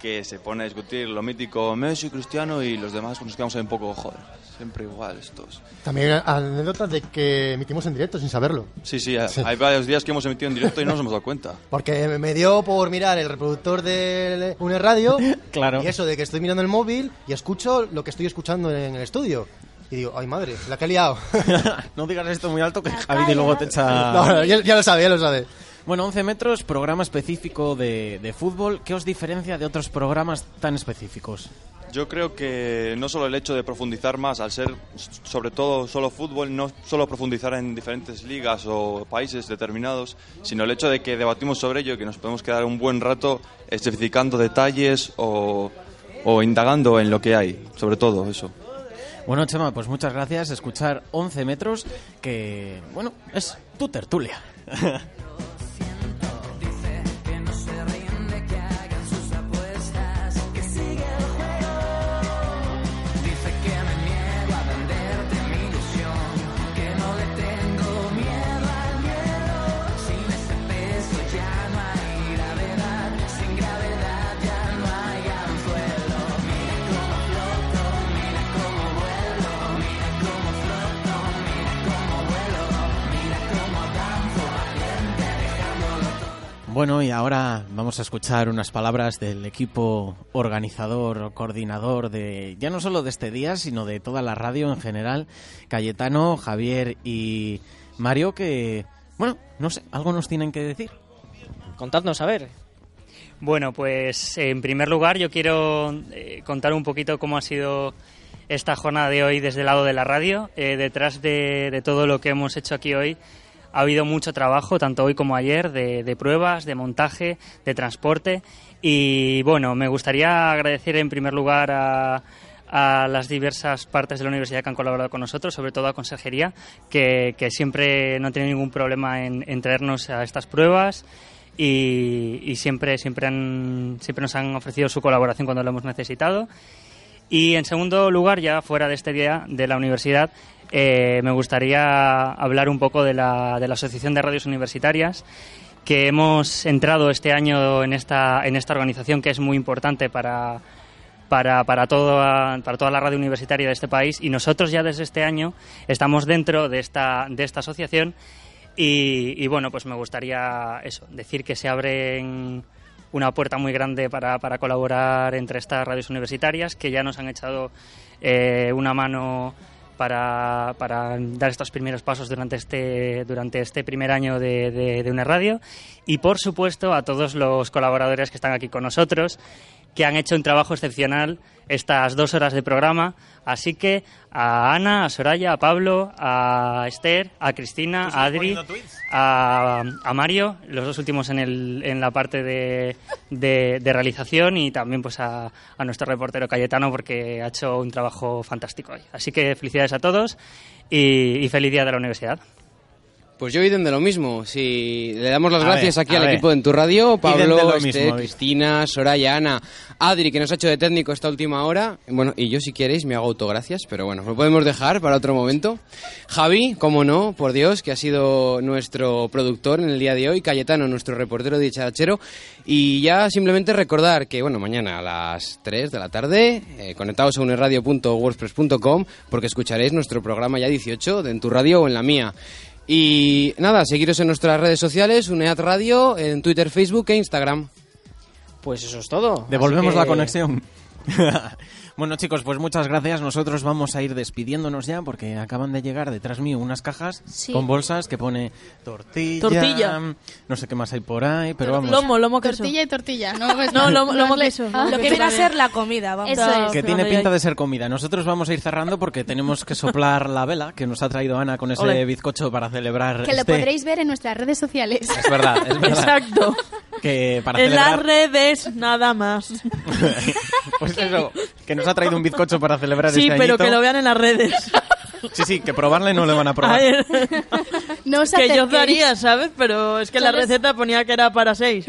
Speaker 7: que se pone a discutir lo mítico Messi, Cristiano y los demás pues, nos quedamos ahí un poco, joder, siempre igual estos.
Speaker 12: También anécdotas de que emitimos en directo sin saberlo.
Speaker 7: Sí, sí, hay varios días que hemos emitido en directo y no nos hemos dado cuenta.
Speaker 12: Porque me dio por mirar el reproductor de una radio.
Speaker 7: Claro.
Speaker 12: Y eso de que estoy mirando el móvil y escucho lo que estoy escuchando en el estudio. Y digo, ay madre, la que he liado.
Speaker 3: no digas esto muy alto que Javi de luego te echa...
Speaker 12: No, no, ya, ya lo sabe, ya lo sabe.
Speaker 3: Bueno, 11 metros, programa específico de, de fútbol. ¿Qué os diferencia de otros programas tan específicos?
Speaker 7: Yo creo que no solo el hecho de profundizar más, al ser s- sobre todo solo fútbol, no solo profundizar en diferentes ligas o países determinados, sino el hecho de que debatimos sobre ello y que nos podemos quedar un buen rato especificando detalles o, o indagando en lo que hay, sobre todo eso.
Speaker 3: Bueno, Chema, pues muchas gracias. Escuchar 11 metros, que, bueno, es tu tertulia.
Speaker 10: Que no se ríen de que hagan sus apuestas, que sigue el juego. Dice que me niego a venderte mi ilusión, que no le tengo miedo al miedo. Sin ese peso ya no hay gravedad, sin gravedad ya no hay anzuelo. Mira cómo floto, mira cómo vuelo, mira cómo floto, mira cómo vuelo, mira cómo danzo valiente dejándolo todo.
Speaker 3: Bueno, y ahora vamos a escuchar unas palabras del equipo organizador o coordinador de, ya no solo de este día, sino de toda la radio en general. Cayetano, Javier y Mario, que, bueno, no sé, algo nos tienen que decir.
Speaker 21: Contadnos, a ver. Bueno, pues eh, en primer lugar yo quiero eh, contar un poquito cómo ha sido esta jornada de hoy desde el lado de la radio. Eh, detrás de, de todo lo que hemos hecho aquí hoy ha habido mucho trabajo, tanto hoy como ayer, de, de pruebas, de montaje, de transporte. Y bueno, me gustaría agradecer en primer lugar a, a las diversas partes de la universidad que han colaborado con nosotros, sobre todo a Consejería, que, que siempre no tiene ningún problema en, en traernos a estas pruebas y, y siempre, siempre, han, siempre nos han ofrecido su colaboración cuando lo hemos necesitado. Y en segundo lugar, ya fuera de este día de la universidad, eh, me gustaría hablar un poco de la, de la Asociación de Radios Universitarias, que hemos entrado este año en esta, en esta organización que es muy importante para, para, para, toda, para toda la radio universitaria de este país y nosotros ya desde este año estamos dentro de esta, de esta asociación y, y, bueno, pues me gustaría eso, decir que se abren una puerta muy grande para, para colaborar entre estas radios universitarias que ya nos han echado eh, una mano para, para dar estos primeros pasos durante este, durante este primer año de, de- de una radio y por supuesto a todos los colaboradores que están aquí con nosotros que han hecho un trabajo excepcional estas dos horas de programa. Así que a Ana, a Soraya, a Pablo, a Esther, a Cristina, a Adri, a, a Mario, los dos últimos en, el, en la parte de, de- de realización y también pues a, a nuestro reportero Cayetano porque ha hecho un trabajo fantástico hoy. Así que felicidades a todos y- y feliz día de la universidad.
Speaker 2: Pues yo idem de lo mismo. Si le damos las
Speaker 21: A
Speaker 2: gracias
Speaker 21: ver,
Speaker 2: aquí
Speaker 21: a
Speaker 2: al
Speaker 21: ver.
Speaker 2: equipo de En tu Radio,
Speaker 21: de lo
Speaker 2: Pablo, Esther,
Speaker 21: mismo,
Speaker 2: Cristina, Soraya, Ana, Adri, que nos ha hecho de técnico esta última hora. Bueno, y yo si queréis me hago autogracias, pero bueno, lo podemos dejar para otro momento. Javi, como no, por Dios, que ha sido nuestro productor en el día de hoy, Cayetano, nuestro reportero dicharachero. Y ya simplemente recordar que, bueno, mañana a las 3 de la tarde, eh, conectados a uneradio.wordpress.com, porque escucharéis nuestro programa ya 18 de En tu Radio o en la mía. Y nada, seguiros en nuestras redes sociales, UNEAD Radio, en Twitter, Facebook e Instagram.
Speaker 30: Pues eso es todo.
Speaker 3: Devolvemos
Speaker 30: Así
Speaker 3: la
Speaker 30: que-
Speaker 3: conexión. bueno, chicos, pues muchas gracias. Nosotros vamos a ir despidiéndonos ya porque acaban de llegar detrás mío unas cajas
Speaker 5: Sí.
Speaker 3: con bolsas que pone tortilla.
Speaker 5: Tortilla.
Speaker 3: No sé qué más hay por ahí, pero vamos.
Speaker 5: Lomo, lomo queso.
Speaker 8: Tortilla y tortilla, no, pues,
Speaker 5: No, lomo,
Speaker 8: no
Speaker 5: lomo
Speaker 8: le-
Speaker 5: queso.
Speaker 8: Ah.
Speaker 6: Lo que viene a ser la comida, vamos.
Speaker 8: Eso es.
Speaker 3: Que tiene pinta de ser comida. Nosotros vamos a ir cerrando porque tenemos que soplar la vela que nos ha traído Ana con ese
Speaker 8: Ole.
Speaker 3: bizcocho para celebrar.
Speaker 8: Que lo
Speaker 3: este-
Speaker 8: podréis ver en nuestras redes sociales.
Speaker 3: Es verdad, es verdad.
Speaker 5: Exacto.
Speaker 3: Que para
Speaker 5: en
Speaker 3: celebrar.
Speaker 5: las redes nada más.
Speaker 3: Pues eso, que nos ha traído un bizcocho para celebrar
Speaker 5: sí,
Speaker 3: este
Speaker 5: pero
Speaker 3: añito.
Speaker 5: que lo vean en las redes.
Speaker 3: Sí, sí, que probarle no le van a probar.
Speaker 5: A ver,
Speaker 8: No os
Speaker 5: que yo
Speaker 8: acerquéis.
Speaker 5: daría, ¿sabes? Pero es que la
Speaker 8: Solo es-
Speaker 5: receta ponía que era para seis.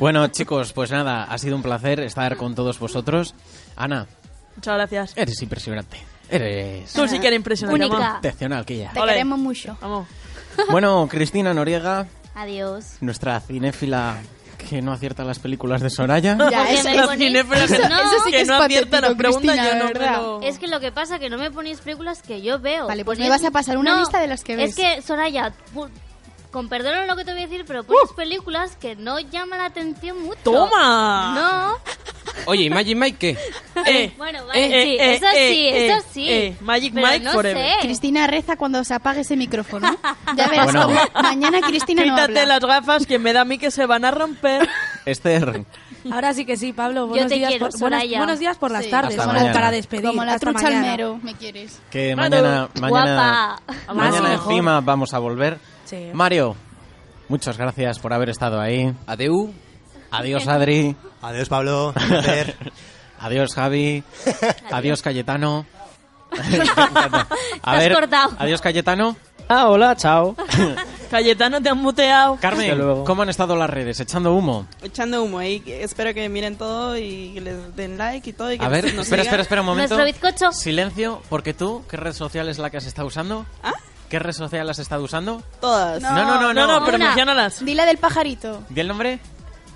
Speaker 3: Bueno, chicos, pues nada, ha sido un placer estar con todos vosotros. Ana,
Speaker 5: Muchas gracias.
Speaker 3: eres impresionante. Eres
Speaker 5: Tú sí que eres impresionante.
Speaker 8: Única.
Speaker 5: mamá.
Speaker 3: excepcional, que ya.
Speaker 8: Te
Speaker 5: Ole.
Speaker 8: queremos mucho.
Speaker 3: Bueno, Cristina Noriega,
Speaker 11: Adiós.
Speaker 3: nuestra cinéfila que no acierta las películas de Soraya.
Speaker 11: Ya,
Speaker 5: Porque
Speaker 11: eso-
Speaker 5: me
Speaker 11: eso-
Speaker 5: ponéis-
Speaker 11: eso-
Speaker 5: que-
Speaker 11: eso sí
Speaker 5: que
Speaker 11: que es
Speaker 5: no acierta
Speaker 11: patético,
Speaker 5: las preguntas,
Speaker 11: Cristina,
Speaker 5: yo no,
Speaker 11: de verdad.
Speaker 5: pero-
Speaker 11: Es que lo que pasa es que no me ponéis películas que yo veo.
Speaker 8: Vale, pues
Speaker 11: Ponéis-
Speaker 8: me vas a pasar una
Speaker 11: No,
Speaker 8: lista de las que ves.
Speaker 11: Es que, Soraya, pu- con perdón en lo que te voy a decir, pero
Speaker 5: ¡Uh!
Speaker 11: pones películas que no llaman la atención mucho.
Speaker 5: ¡Toma!
Speaker 11: No.
Speaker 2: Oye, ¿y Magic Mike qué?
Speaker 5: Eh,
Speaker 11: Bueno, vale,
Speaker 5: eh,
Speaker 11: sí,
Speaker 5: eh,
Speaker 11: eso
Speaker 5: eh,
Speaker 11: sí,
Speaker 5: eh,
Speaker 11: eso sí.
Speaker 5: eh, Magic
Speaker 11: Pero
Speaker 5: Mike
Speaker 11: no
Speaker 5: forever.
Speaker 11: sé.
Speaker 8: Cristina reza cuando se apague ese micrófono. Ya verás
Speaker 3: Bueno.
Speaker 8: cómo mañana Cristina no
Speaker 5: Quítate
Speaker 8: habla.
Speaker 5: las gafas que me da a mí que se van a romper.
Speaker 3: Esther,
Speaker 6: Ahora sí que sí, Pablo. Buenos,
Speaker 11: te
Speaker 6: días,
Speaker 11: quiero,
Speaker 6: por, buenas-
Speaker 11: Soraya.
Speaker 6: buenos días por las
Speaker 11: Sí.
Speaker 6: tardes.
Speaker 3: Hasta
Speaker 6: como
Speaker 3: mañana.
Speaker 6: para despedir.
Speaker 8: Como la
Speaker 6: hasta
Speaker 8: trucha al
Speaker 6: mañana.
Speaker 8: mero, me quieres.
Speaker 3: que
Speaker 8: Claro.
Speaker 3: mañana, mañana,
Speaker 8: Guapa.
Speaker 3: mañana
Speaker 8: Más mejor.
Speaker 3: encima vamos a volver.
Speaker 8: Sí.
Speaker 3: Mario, muchas gracias por haber estado ahí.
Speaker 2: Adeu.
Speaker 3: Adiós, Adri.
Speaker 31: Adiós, Pablo.
Speaker 3: Adiós, Javi. Adiós, Cayetano.
Speaker 5: Te
Speaker 3: a
Speaker 5: has
Speaker 3: ver,
Speaker 5: cortado.
Speaker 3: adiós, Cayetano.
Speaker 30: Ah, hola, chao.
Speaker 5: Cayetano, te han muteado.
Speaker 3: Carmen, ¿cómo han estado las redes? ¿Echando humo?
Speaker 15: Echando humo ahí. Espero que miren todo y que les den like y todo. Y que
Speaker 3: A ver,
Speaker 15: nos sigan.
Speaker 3: espera, espera, espera un momento. Silencio, porque tú, ¿qué red social es la que has estado usando? ¿Qué red social has estado usando?
Speaker 15: Todas.
Speaker 3: No, no, no, no, no, pero
Speaker 8: Una.
Speaker 3: menciónalas.
Speaker 8: Di la del pajarito.
Speaker 3: ¿Di el nombre?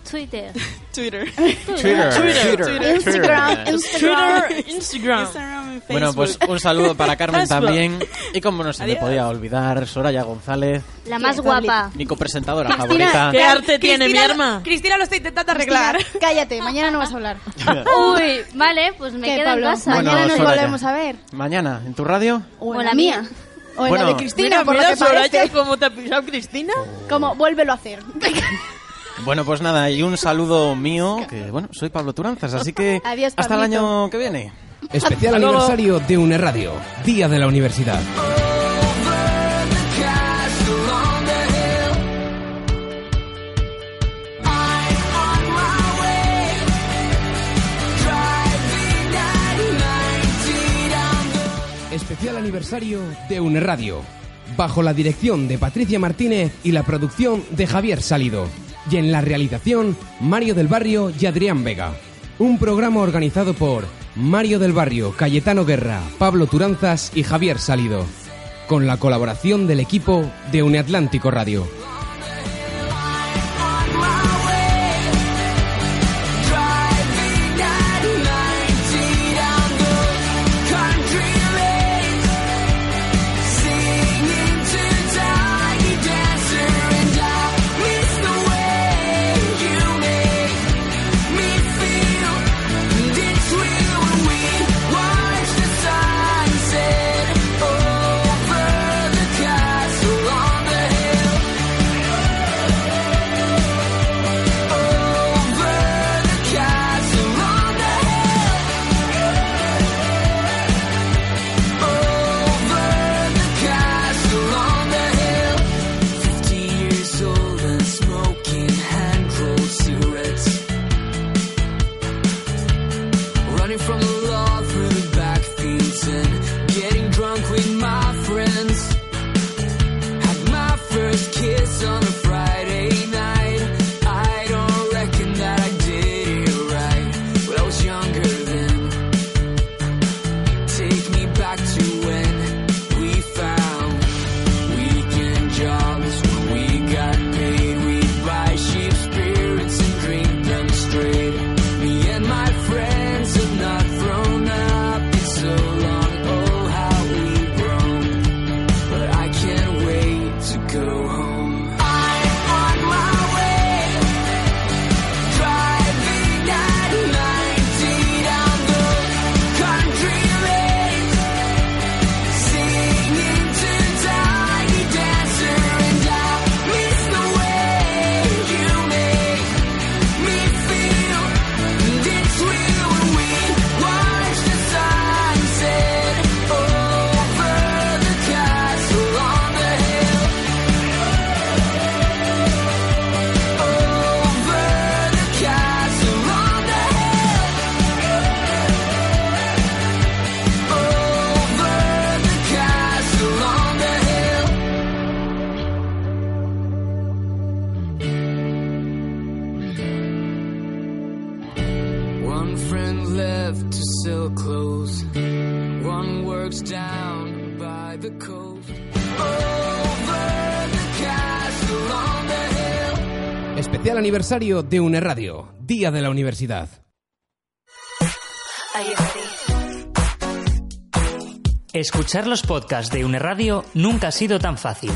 Speaker 11: Twitter.
Speaker 15: Twitter.
Speaker 3: Twitter. Twitter. Twitter.
Speaker 8: Instagram. Instagram.
Speaker 5: Twitter, Instagram.
Speaker 3: Bueno, pues un saludo para Carmen
Speaker 5: Facebook.
Speaker 3: también. Y como no se me
Speaker 5: Adiós.
Speaker 3: podía olvidar, Soraya González,
Speaker 11: La más
Speaker 8: Ah.
Speaker 11: guapa.
Speaker 3: mi copresentadora
Speaker 5: Cristina,
Speaker 3: favorita.
Speaker 5: ¿qué arte tiene mi
Speaker 8: Cristina-
Speaker 5: hermana?
Speaker 6: Cristina lo está intentando
Speaker 8: arreglar. cállate, mañana no vas a hablar.
Speaker 11: Uy, vale, pues me
Speaker 8: ¿Qué,
Speaker 11: quedo
Speaker 8: Pablo?
Speaker 11: en casa.
Speaker 3: Bueno,
Speaker 8: mañana nos
Speaker 3: Soraya.
Speaker 8: volvemos a ver.
Speaker 3: Mañana, ¿en tu radio?
Speaker 8: O,
Speaker 11: en
Speaker 8: la mía. O en la
Speaker 3: Bueno.
Speaker 8: de Cristina,
Speaker 5: Mira,
Speaker 8: por
Speaker 5: mira,
Speaker 8: lo que
Speaker 5: Soraya,
Speaker 8: parece.
Speaker 5: ¿Cómo te ha pillado Cristina?
Speaker 8: Como, vuélvelo a hacer.
Speaker 3: Bueno, pues nada, y un saludo mío, que bueno, soy Pablo Turanzas, así que
Speaker 8: Adiós,
Speaker 3: hasta el
Speaker 8: Pablito.
Speaker 3: año que viene.
Speaker 2: Especial aniversario de UNED Radio, Día de la Universidad.
Speaker 10: Castle on the hill. Eyes on my way. Driving at 90 down the
Speaker 2: Especial aniversario de UNED Radio, bajo la dirección de Patricia Martínez y la producción de Javier Salido. Y en la realización, Mario del Barrio y Adrián Vega. Un programa organizado por Mario del Barrio, Cayetano Guerra, Pablo Turanzas y Javier Salido. Con la colaboración del equipo de UNEAtlántico Radio.
Speaker 10: Driving at 90 down the country lane. Singing to Tiny Dancer, and I miss the way you make me feel. And it's real when we watch the sunset over the castle on the hill. running from the law through the back fields and getting drunk with my friends. Had my first kiss on a Friday night. I don't reckon that I did it right, but I was younger then. Take me back to when we found weekend jobs. When we got paid, we'd buy cheap spirits and drink them straight. Me and my friends have not thrown up in so long. Oh, how we've grown. But I can't wait to go home. I'm on my way. Driving at 90 down the country lane. Singing to Tiny Dancer and I miss the way you make me feel. And it's real when we watch the sunset over the castle on the hill. Over the castle on the hill. Over the castle on the hill. One friend left to sell clothes. One works down by the coast. Over the castle on the hill.
Speaker 2: Especial aniversario de UNE Radio, Día de la Universidad.
Speaker 20: Escuchar los podcasts de Une Radio nunca ha sido tan fácil.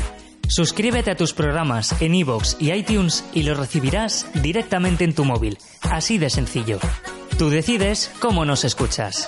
Speaker 20: Suscríbete a tus programas en iVoox y iTunes y los recibirás directamente en tu móvil. Así de sencillo. Tú decides cómo nos escuchas.